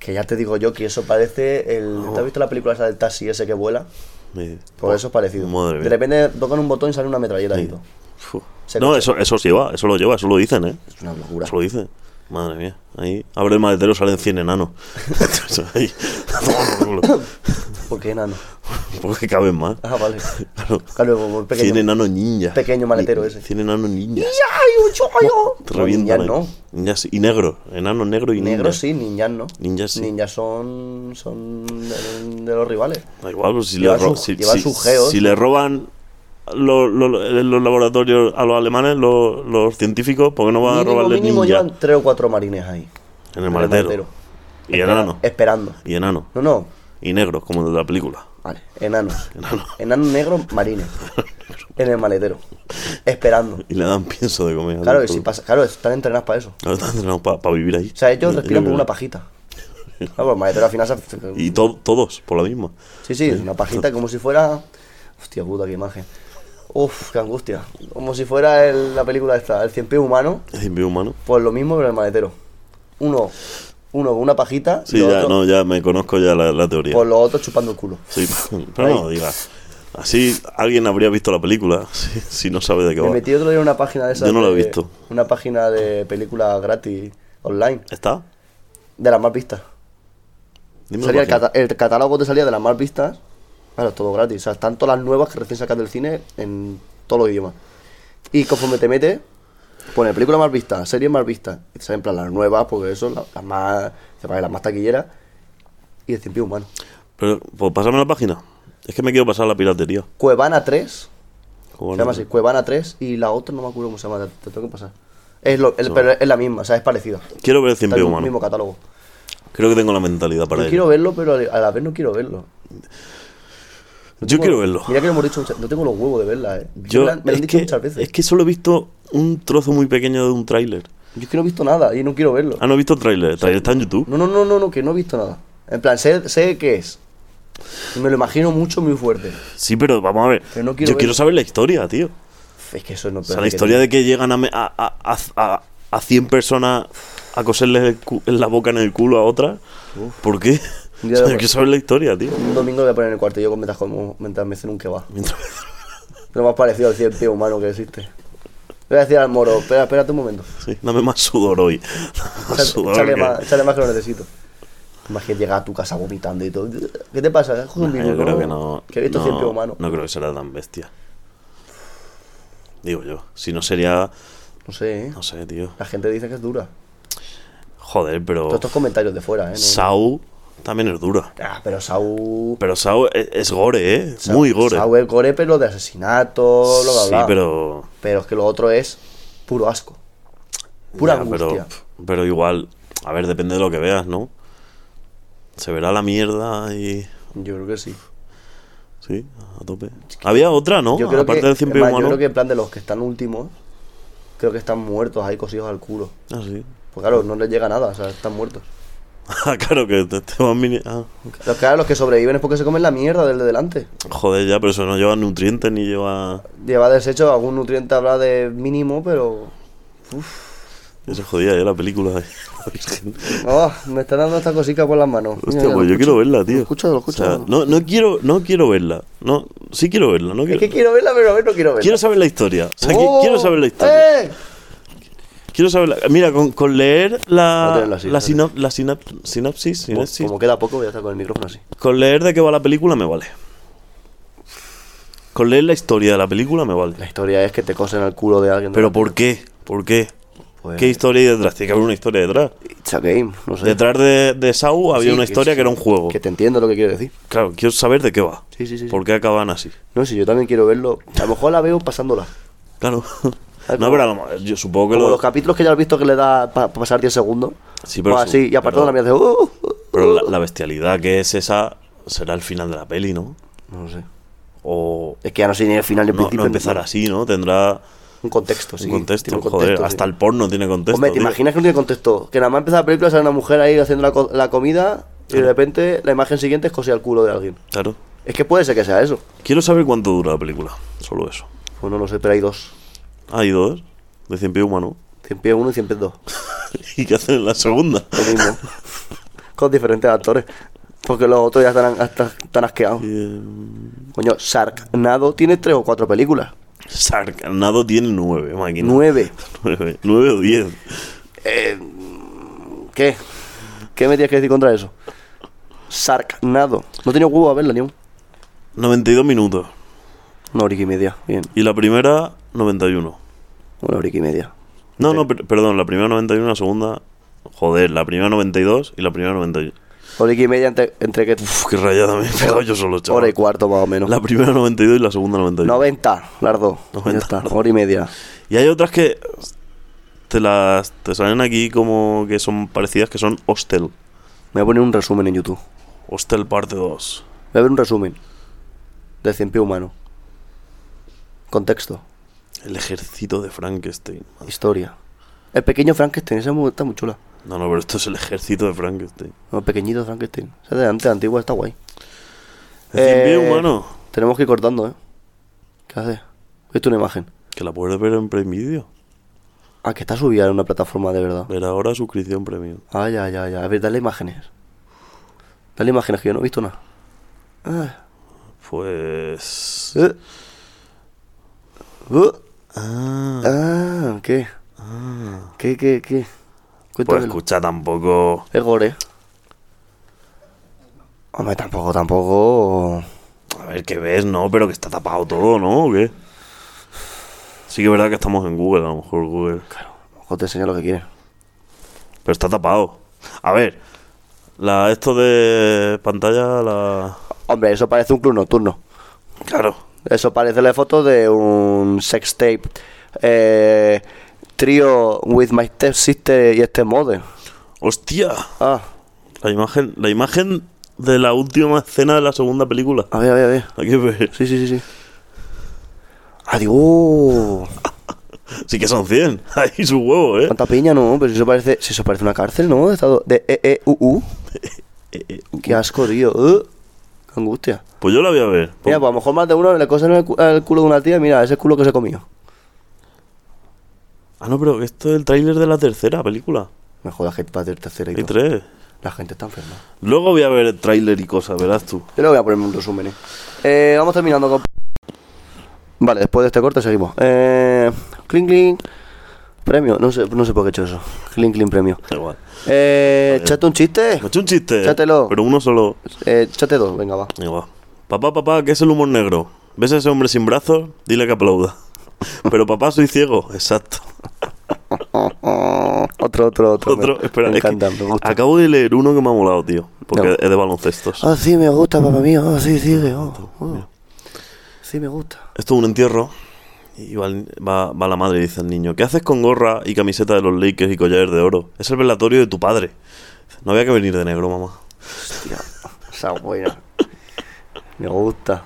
S1: que ya te digo yo que eso parece el. ¿Te has visto la película esa del taxi ese que vuela?
S2: Me-
S1: Pues eso es parecido.
S2: Madre
S1: de
S2: mía.
S1: repente tocan un botón y sale una metralleta y todo.
S2: Fu.
S1: Se
S2: No,
S1: coge.
S2: eso, eso sí va, eso lo lleva, eso lo dicen, ¿eh?
S1: Es una locura.
S2: Eso lo dicen. Madre mía. Ahí abre el maletero, salen 100 enanos. Eso ahí.
S1: ¿Por qué enano?
S2: Porque Pues caben más.
S1: Ah, vale.
S2: Claro.
S1: Claro, como un pequeño.
S2: 100 enanos ninja.
S1: pequeño maletero
S2: Ni-
S1: ese.
S2: 100 enanos ninja.
S1: ¡Ay, un chollo!
S2: Te
S1: No,
S2: revientan.
S1: ninjas
S2: ahí.
S1: no.
S2: Ninjas y negro. Enano negro y
S1: Negros
S2: ninja.
S1: sí, ninjas no.
S2: Ninjas sí.
S1: Ninjas son, son de, de los rivales.
S2: Da igual, pues si,
S1: Lleva
S2: le, ro-
S1: su-
S2: si,
S1: lleva
S2: si-
S1: sus geos.
S2: si le roban lo- lo- lo- los laboratorios a los alemanes, lo- los científicos, ¿por qué no van a
S1: mínimo
S2: robarles
S1: mínimo
S2: ninja
S1: llevan tres o cuatro marines ahí.
S2: en el maletero? Y
S1: Espera-
S2: enano.
S1: Esperando.
S2: Y enano.
S1: No, no.
S2: Y negro, como el de la película.
S1: Vale, enanos.
S2: Enano.
S1: Enanos negros, marines. en el maletero. Esperando.
S2: Y le dan pienso de comer.
S1: Claro, y si pasa, claro, están entrenados para eso.
S2: para vivir ahí.
S1: O sea, ellos respiran por una pajita. Claro, el maletero al final se-
S2: Y to- todos, por la misma.
S1: Sí, sí, una pajita como si fuera. Hostia puta, qué imagen. Uf, qué angustia. Como si fuera el- la película esta, el cien pies humano,
S2: Es decir, mi humano.
S1: pues lo mismo pero en el maletero. Uno, uno con una pajita y
S2: Sí,
S1: los
S2: ya,
S1: otros,
S2: no, ya me conozco ya la, la teoría.
S1: pues los otros chupando el culo.
S2: Sí, pero no digas. Así alguien habría visto la película si, si no sabe de qué
S1: Me
S2: va.
S1: metí otro día en una página de esas.
S2: Yo no lo he
S1: de-
S2: visto.
S1: Una página de películas gratis online,
S2: ¿Está?
S1: de las más vistas.
S2: Dime
S1: Salía
S2: la
S1: el,
S2: página.
S1: cata- el catálogo te salía de las más vistas. Claro, todo gratis. O sea, están todas las nuevas que recién sacas del cine en todos los idiomas. Y conforme te metes, pone película más vista, serie más vista. Y te salen en plan las nuevas, porque eso, la- las más. Se las más taquilleras. Y el 100 pies humano.
S2: Pero, pues pásame la página. Es que me quiero pasar la piratería.
S1: Cuevana 3.
S2: Como
S1: se llama
S2: no-
S1: así, Cuevana 3. Y la otra no me acuerdo cómo se llama, te, te tengo que pasar. Es lo- el- Pero es la misma, o sea, es parecida.
S2: Quiero ver el 100
S1: Está en el
S2: pies humano.
S1: mismo catálogo.
S2: Creo que tengo la mentalidad para
S1: Yo
S2: ello.
S1: quiero verlo, pero a la vez no quiero verlo. No
S2: Yo
S1: tengo-
S2: quiero verlo.
S1: Mira que lo hemos dicho muchas- no tengo los huevos de verla, eh.
S2: Yo-
S1: me la- me lo han
S2: es
S1: dicho
S2: que-
S1: muchas veces.
S2: Es que solo he visto un trozo muy pequeño de un tráiler.
S1: Yo es que no he visto nada y no quiero verlo.
S2: Ah, no he visto el tráiler. El tráiler está en YouTube.
S1: No, no, no, no, no, que no he visto nada. En plan, sé, sé qué es. Y Me lo imagino mucho, muy fuerte.
S2: Sí, pero vamos a ver.
S1: Pero no quiero
S2: Yo
S1: ver-
S2: quiero saber la historia, tío.
S1: Es que eso no
S2: O sea, la historia de que llegan a, me- a, a, a, a 100 personas a coserles el cu- en la boca en el culo a otra. ¿Por qué?
S1: Ya
S2: O sea,
S1: lo-
S2: yo quiero saber la historia, tío.
S1: Un domingo lo voy a poner en el cuartillo con mientras, como, mientras me hacen un kebab.
S2: Mientras-
S1: Lo más parecido al 100 pie humano que existe. Le voy a decir al moro, espera, espérate un momento.
S2: sí, dame más sudor hoy. Dame más
S1: Echa-
S2: sudor.
S1: Échale
S2: que-
S1: más, échale más que lo necesito. Imagínate llegar a tu casa vomitando y todo. ¿Qué te pasa? ¿Has cogido un
S2: Nah,
S1: virus,
S2: yo creo que no.
S1: Que he visto
S2: no-
S1: 100 pies humano.
S2: No creo que será tan bestia. Digo yo. Si no sería.
S1: No sé, ¿eh?
S2: No sé, tío.
S1: La gente dice que es dura.
S2: Joder, pero.
S1: Todos estos comentarios de fuera, ¿eh? No-
S2: Sau también es dura.
S1: Ah, pero Sau.
S2: Pero Sau es, es gore, ¿eh?
S1: Sau-
S2: Muy gore.
S1: Sau es gore, pero de asesinato, lo que
S2: sí,
S1: hablaba.
S2: pero.
S1: Pero es que lo otro es puro asco. Pura
S2: Ya,
S1: angustia.
S2: pero, pero igual, a ver, depende de lo que veas, ¿no? Se verá la mierda y.
S1: Yo creo que sí.
S2: Sí, a tope. Había otra, ¿no?
S1: Yo creo
S2: Aparte
S1: que,
S2: del 100 pies
S1: además,
S2: humano.
S1: Yo creo que en plan de los que están últimos, creo que están muertos ahí cosidos al culo.
S2: Ah, sí.
S1: Pues claro, no les llega nada, o sea, están muertos.
S2: Ah, claro, que te, te van mini- ah,
S1: Los, claro, los que sobreviven es porque se comen la mierda del de delante.
S2: Joder, ya, pero eso no lleva nutrientes ni lleva.
S1: Lleva desecho, algún nutriente habrá de mínimo, pero.
S2: Eso jodía ya la película. la Virgen.
S1: Ah, me están dando esta cosica por las manos. Mira,
S2: Hostia,
S1: mira,
S2: pues
S1: lo
S2: yo quiero verla, tío.
S1: escucho, lo
S2: O sea,
S1: escucho.
S2: no, no quiero, no quiero verla. No, sí quiero verla, no
S1: Es
S2: quiero.
S1: que quiero verla, pero a ver, no quiero verla.
S2: Quiero saber la historia. O sea, qui-
S1: ¡Oh!
S2: quiero saber la historia.
S1: ¡Eh!
S2: Quiero saber. la- Mira, con, con leer
S1: Voy a
S2: la,
S1: tenerlo así,
S2: la,
S1: espérate.
S2: sinop- la sinap- sinapsis,
S1: Como,
S2: sinapsis.
S1: como queda poco, voy a estar con el micrófono así.
S2: Con leer de qué va la película me vale. Con leer la historia de la película me
S1: La
S2: vale.
S1: historia es que te cosen el culo de alguien.
S2: Pero ¿por qué? ¿Por qué?
S1: Pues.
S2: ¿Qué historia hay detrás? Tiene que haber una historia detrás.
S1: It's a game, no sé.
S2: Detrás de, de Sau había
S1: Sí,
S2: una
S1: que
S2: historia
S1: sí,
S2: que era un juego.
S1: Que te entiendo lo que quiero decir.
S2: Claro, quiero saber de qué va.
S1: Sí, sí, sí, sí.
S2: ¿Por qué acaban así?
S1: No sé, yo también quiero verlo. A lo mejor la veo pasándola.
S2: Claro.
S1: Ah,
S2: No,
S1: como-
S2: pero a lo mejor- yo supongo que
S1: Como
S2: lo-
S1: los capítulos que ya has visto que le da para pasar 10 segundos.
S2: Sí, pero
S1: O
S2: su-
S1: así, y aparte
S2: pero-
S1: de la mía hace. "Uh, uh, uh".
S2: Pero la, la bestialidad que es esa será el final de la peli, ¿no?
S1: No sé.
S2: O
S1: Es que ya no sé ni el final ni el
S2: no, no
S1: principio. ni
S2: empezar
S1: nada.
S2: así, ¿no? Tendrá
S1: Un contexto, sí.
S2: un contexto.
S1: tiene un
S2: joder,
S1: contexto,
S2: hasta
S1: sí.
S2: el porno tiene contexto.
S1: Hombre, ¿te
S2: tío.
S1: imaginas que no tiene contexto? Que nada más empieza la película, sale una mujer ahí haciendo la, co- la comida y de repente la imagen siguiente es coser el culo de alguien.
S2: Claro.
S1: Es que puede ser que sea eso.
S2: Quiero saber cuánto dura la película. Solo eso.
S1: Pues no lo sé, pero hay dos.
S2: Hay dos. De 100 pies humano.
S1: 100 pies uno y 100 pies dos.
S2: ¿Y qué hacen en la segunda?
S1: Lo mismo. Con diferentes actores. Porque los otros ya están, hasta- están asqueados.
S2: Eh,
S1: Coño, Sarknado tiene tres o cuatro películas.
S2: Sarcanado tiene nueve, máquina.
S1: Nueve. Eh,
S2: Nueve, nueve o diez.
S1: ¿Qué? ¿Qué me tienes que decir contra eso? Sarknado. No tenía huevo a verla ni un.
S2: 92 minutos.
S1: Una hora y media. Bien.
S2: Y la primera, 91.
S1: Una hora y media.
S2: No, no, per- perdón, la primera 91, la segunda. Joder, la primera 92 y la primera 91.
S1: Hora y media entre, entre que.
S2: Uf, qué rayada me he pegado yo solo, chaval.
S1: Hora y cuarto más o menos.
S2: La primera 92 y la segunda 91.
S1: 90, las dos.
S2: 90,
S1: Ya está,
S2: las dos.
S1: hora y media.
S2: Y hay otras que te las te salen aquí como que son parecidas, que son Hostel.
S1: Me voy a poner un resumen en YouTube.
S2: Hostel parte 2.
S1: Voy a ver un resumen. De 100 pies humano. Contexto.
S2: El ejército de Frankenstein.
S1: Historia. El pequeño Frankenstein, esa mu- está muy chula.
S2: No, no, pero esto es el ejército de Frankenstein.
S1: No, el pequeñito Frankenstein. Esa de antes, antigua, está guay.
S2: El cien
S1: Eh,
S2: pies humano.
S1: Tenemos que ir cortando, ¿eh? ¿Qué haces? Viste una imagen.
S2: Que la puedes ver en Prime Video.
S1: Ah, que está subida en una plataforma de verdad.
S2: Ver ahora suscripción premium.
S1: Ah, ya, ya, ya. A ver, dale imágenes. Dale imágenes, que yo no he visto nada. Ah.
S2: Pues.
S1: Eh. Uh.
S2: Ah,
S1: Ah, ¿qué?
S2: ah.
S1: ¿Qué, qué, qué?
S2: Pues
S1: Cuéntamelo.
S2: escucha tampoco.
S1: Es gore. Hombre, tampoco, tampoco.
S2: A ver qué ves, ¿no? Pero que está tapado todo, ¿no? ¿O qué? Sí que es verdad que estamos en Google, a lo mejor Google.
S1: Ojo, te enseña lo que quieres.
S2: Pero está tapado. A ver, la esto de pantalla, la...
S1: Hombre, eso parece un club nocturno.
S2: Claro.
S1: Eso parece la foto de un sex tape. Eh, trio with my stepsister y este model.
S2: Hostia,
S1: Ah,
S2: la imagen, la imagen de la última escena de la segunda película.
S1: a ver, a ver, a ver.
S2: Hay que ver.
S1: Sí, sí, sí, sí. Adiós.
S2: Sí que son 100. Ahí su huevo, ¿eh?
S1: Tanta piña, no, pero si eso parece, si eso parece una cárcel, ¿no? De estado de E EEUU.
S2: Eh, eh,
S1: Qué asco, tío. Uh, qué angustia.
S2: Pues yo la voy a ver.
S1: Mira, pues a lo mejor más de uno le cosen el, cu- el culo de una tía, mira, ese culo que se comió. pues-
S2: Ah, no, pero esto es el tráiler de la tercera película.
S1: Me jodas que va a tener tercera y
S2: Hay
S1: todo.
S2: tres.
S1: La gente está enferma.
S2: Luego voy a ver el tráiler y cosas, verás tú.
S1: Yo le voy a poner un resumen. eh. Eh, vamos terminando con... Vale, después de este corte seguimos. Eh, cling, cling. Premio. No sé, no sé por qué he hecho eso. Cling, cling, premio.
S2: Da igual.
S1: Eh, échate un chiste.
S2: Me he hecho un chiste.
S1: Échatelo.
S2: Pero uno solo.
S1: Eh, échate dos, venga, va.
S2: Igual. Papá, papá, ¿qué es el humor negro? ¿Ves a ese hombre sin brazos? Dile que aplauda. Pero papá, soy ciego. Exacto.
S1: Otro, otro, otro.
S2: Otro,
S1: Pues me,
S2: espera,
S1: me
S2: es que
S1: encanta, me gusta.
S2: acabo de leer uno que me ha molado, tío. Porque
S1: No.
S2: es de baloncestos.
S1: Ah, sí, me gusta, papá mío. Ah, sí, sí, oh, oh. Sí, me gusta.
S2: Esto es un entierro. Y va, el- va- va la madre y dice al niño: ¿Qué haces con gorra y camiseta de los Lakers y collares de oro? Es el velatorio de tu padre. Dice, No había que venir de negro, mamá.
S1: Hostia, esa buena. Me gusta.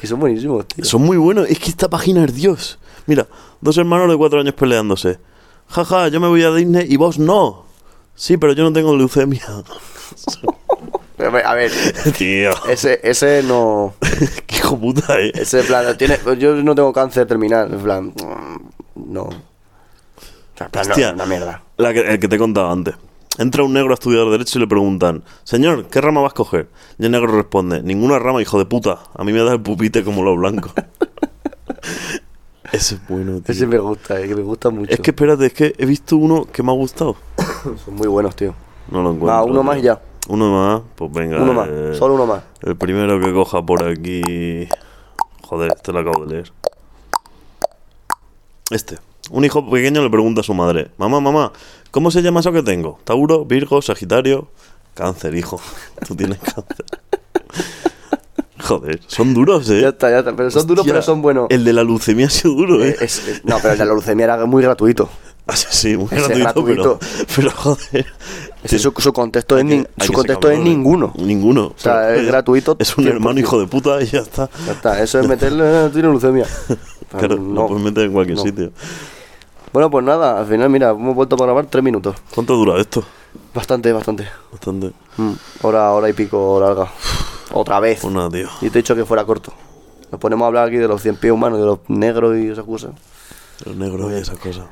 S1: Que son buenísimos, tío.
S2: Son muy buenos. Es que esta página es Dios. Mira, dos hermanos de cuatro años peleándose. Jaja, yo me voy a Disney y vos no. Sí, pero yo no tengo leucemia.
S1: A ver, a ver,
S2: Tío.
S1: ese, ese no.
S2: Qué hijo puta, eh.
S1: Ese en plan, tiene, yo no tengo cáncer terminal. En plan, mm, no. O sea, en plan, no,
S2: Hostia.
S1: una mierda.
S2: La que, el que te he contado antes. Entra un negro a estudiar Derecho y le preguntan, señor, ¿qué rama vas a coger? Y el negro responde, ninguna rama, hijo de puta. A mí me da el pupite como los blancos. Ese es bueno, tío.
S1: Ese me gusta, eh, que me gusta mucho.
S2: Es que espérate, es que he visto uno que me ha gustado.
S1: son muy buenos, tío.
S2: No lo encuentro.
S1: Va, uno
S2: tío.
S1: más y ya.
S2: Uno más, pues venga.
S1: Uno más,
S2: eh,
S1: solo uno más.
S2: El primero que coja por aquí. Joder, este lo acabo de leer. Este. un hijo pequeño le pregunta a su madre, mamá, mamá, ¿cómo se llama eso que tengo? Tauro, Virgo, Sagitario, Cáncer, hijo. Tú tienes cáncer. Joder, son duros,
S1: Ya
S2: eh.
S1: está, ya está. Pero son duros,
S2: Hostia,
S1: pero son buenos.
S2: El de la leucemia ha sido duro, eh.
S1: Eh, es- eh, no, pero el de la leucemia era muy gratuito.
S2: Ah, sí, sí, muy
S1: ese
S2: gratuito,
S1: es gratuito.
S2: Pero, pero joder.
S1: Ese su, su contexto es,
S2: Hay
S1: nin-
S2: que
S1: su
S2: ser
S1: contexto es
S2: cabrón, eh.
S1: ninguno.
S2: Ninguno. O
S1: sea, es gratuito
S2: Es un
S1: 100%.
S2: hermano hijo de puta y ya está.
S1: Ya está, eso es meterle eh, tiene leucemia. Pero
S2: Claro, lo puedes meter en cualquier
S1: no.
S2: sitio.
S1: Bueno, pues nada, al final, mira, hemos vuelto para grabar tres minutos.
S2: ¿Cuánto dura esto?
S1: Bastante, bastante.
S2: Bastante.
S1: Mm, Hora, hora y pico larga. Otra vez.
S2: Pues nada, tío.
S1: Y te he dicho que fuera corto. Nos ponemos a hablar aquí de los 100 pies humanos, de los negros y esas cosas.
S2: Los negros y esas cosas.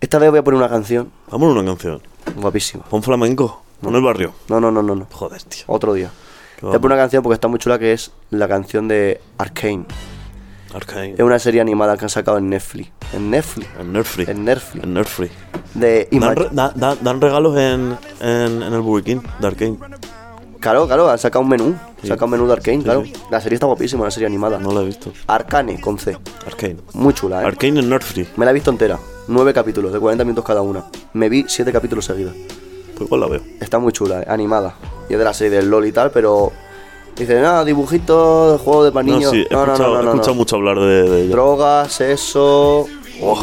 S1: Esta vez voy a poner una canción
S2: Vamos a una canción.
S1: guapísima.
S2: Pon flamenco. Pon el barrio.
S1: No, no, no, no, no.
S2: Joder, tío.
S1: Otro día.
S2: Qué
S1: Voy a poner una canción porque está muy chula que es la canción de Arcane.
S2: Arcane.
S1: Es una serie animada que han sacado en Netflix. En Netflix.
S2: En Nerfree.
S1: En Netflix.
S2: En Nerfree.
S1: De
S2: Dan,
S1: Imag-
S2: re- da- da- dan regalos en, en, en el Burger King de Arcane.
S1: Claro, claro, han sacado un menú. Han
S2: Sí.
S1: sacado un menú de Arcane, claro. La serie está guapísima, una serie animada.
S2: No la he visto.
S1: Arcane con C.
S2: Arcane.
S1: Muy chula, ¿eh?
S2: Arcane en Nerfree.
S1: Me la he visto entera. Nueve capítulos, de 40 minutos cada una. Me vi siete capítulos seguidos.
S2: Pues igual la veo.
S1: Está muy chula, eh, animada. Y es de la serie del LOL y tal, pero. Dice, no, dibujitos, juego de para
S2: No,
S1: niños.
S2: sí, he
S1: No, no, no,
S2: escuchado,
S1: no,
S2: he
S1: no,
S2: escuchado
S1: no.
S2: mucho hablar de, de ella. Oh,
S1: Drogas, sexo,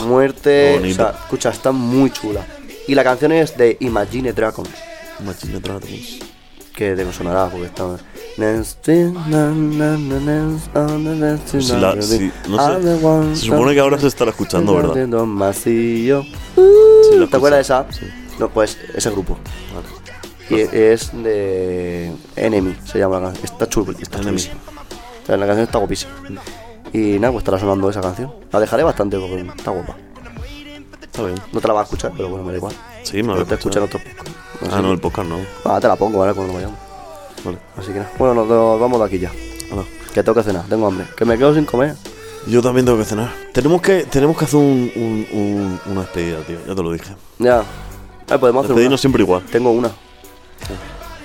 S1: muerte. O
S2: bonito.
S1: sea, escucha, está muy chula. Y la canción es de Imagine Dragons,
S2: Machine Dragons.
S1: que te sonará porque está. Si
S2: Si la- si- no sé. Se supone que ahora se estará escuchando, ¿verdad? Sí, la
S1: Mm, ¿Te acuerdas de esa?
S2: escucho. Sí.
S1: No, pues ese grupo.
S2: Vale.
S1: Y es de Enemy, se llama la canción. Está chul, está
S2: Enemy.
S1: chulísima. O sea, la canción está guapísima. Y nada, pues estará sonando esa canción. La dejaré bastante porque está guapa.
S2: Está bien.
S1: No te la vas a escuchar, pero bueno, me da igual.
S2: Sí, me lo
S1: Pero te
S2: he
S1: escuchan
S2: escuchado.
S1: otro podcast.
S2: Ah, no, el podcast no.
S1: Ah, te la pongo, ¿vale? Cuando vayamos.
S2: Vale.
S1: Así que nada. Bueno, nos, nos vamos de aquí ya.
S2: Hala.
S1: Que tengo que cenar, tengo hambre. Que me quedo sin comer.
S2: Yo también tengo que cenar. Tenemos que, tenemos que hacer un, un- un- una despedida, tío. Ya te lo dije.
S1: Ya. Ay, podemos hacer una.
S2: Despedirnos siempre igual.
S1: Tengo una.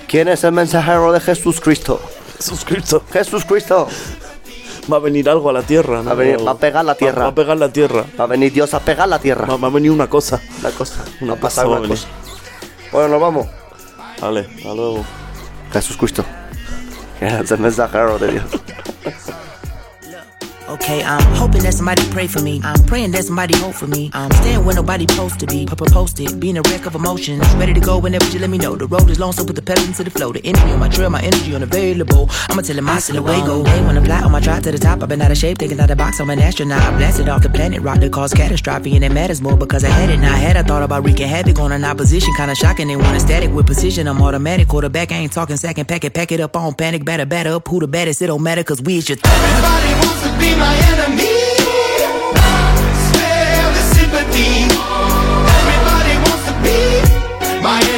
S1: ¿Quién es el mensajero de Jesús Cristo?
S2: Suscrito.
S1: ¡Jesús Cristo!
S2: Va a venir algo a la tierra, ¿no?
S1: Va a venir- va a pegar la tierra.
S2: Va, va a pegar la tierra.
S1: Va a venir Dios a pegar la tierra.
S2: Va, va a venir una cosa.
S1: Una cosa.
S2: Una
S1: Ha pasado
S2: cosa va
S1: una
S2: a venir.
S1: cosa. Bueno, nos vamos.
S2: Vale, hasta luego.
S1: Jesús Cristo. Es el mensajero de Dios.
S3: Okay, I'm hoping that somebody pray for me. I'm praying that somebody hope for me. I'm staying where nobody supposed to be. Papa posted, being a wreck of emotions. Ready to go whenever you let me know. The road is long, so put the pedal into the flow. The energy on my trail, my energy unavailable. I'ma tell him I still away go. Hey, when I fly on my drive to the top, I've been out of shape, taking out the box. I'm an astronaut. I blasted off the planet, rock that caused catastrophe, and it matters more because I had it. Now I had I thought about wreaking havoc on an opposition. Kinda shocking, they want a static with precision. I'm automatic. Quarterback, I ain't talking second packet. Pack it up on panic, batter, batter up. Who the baddest? It don't matter, cause we is your
S4: Everybody wants to be my enemy. Spare the sympathy. Everybody wants to be my Oh,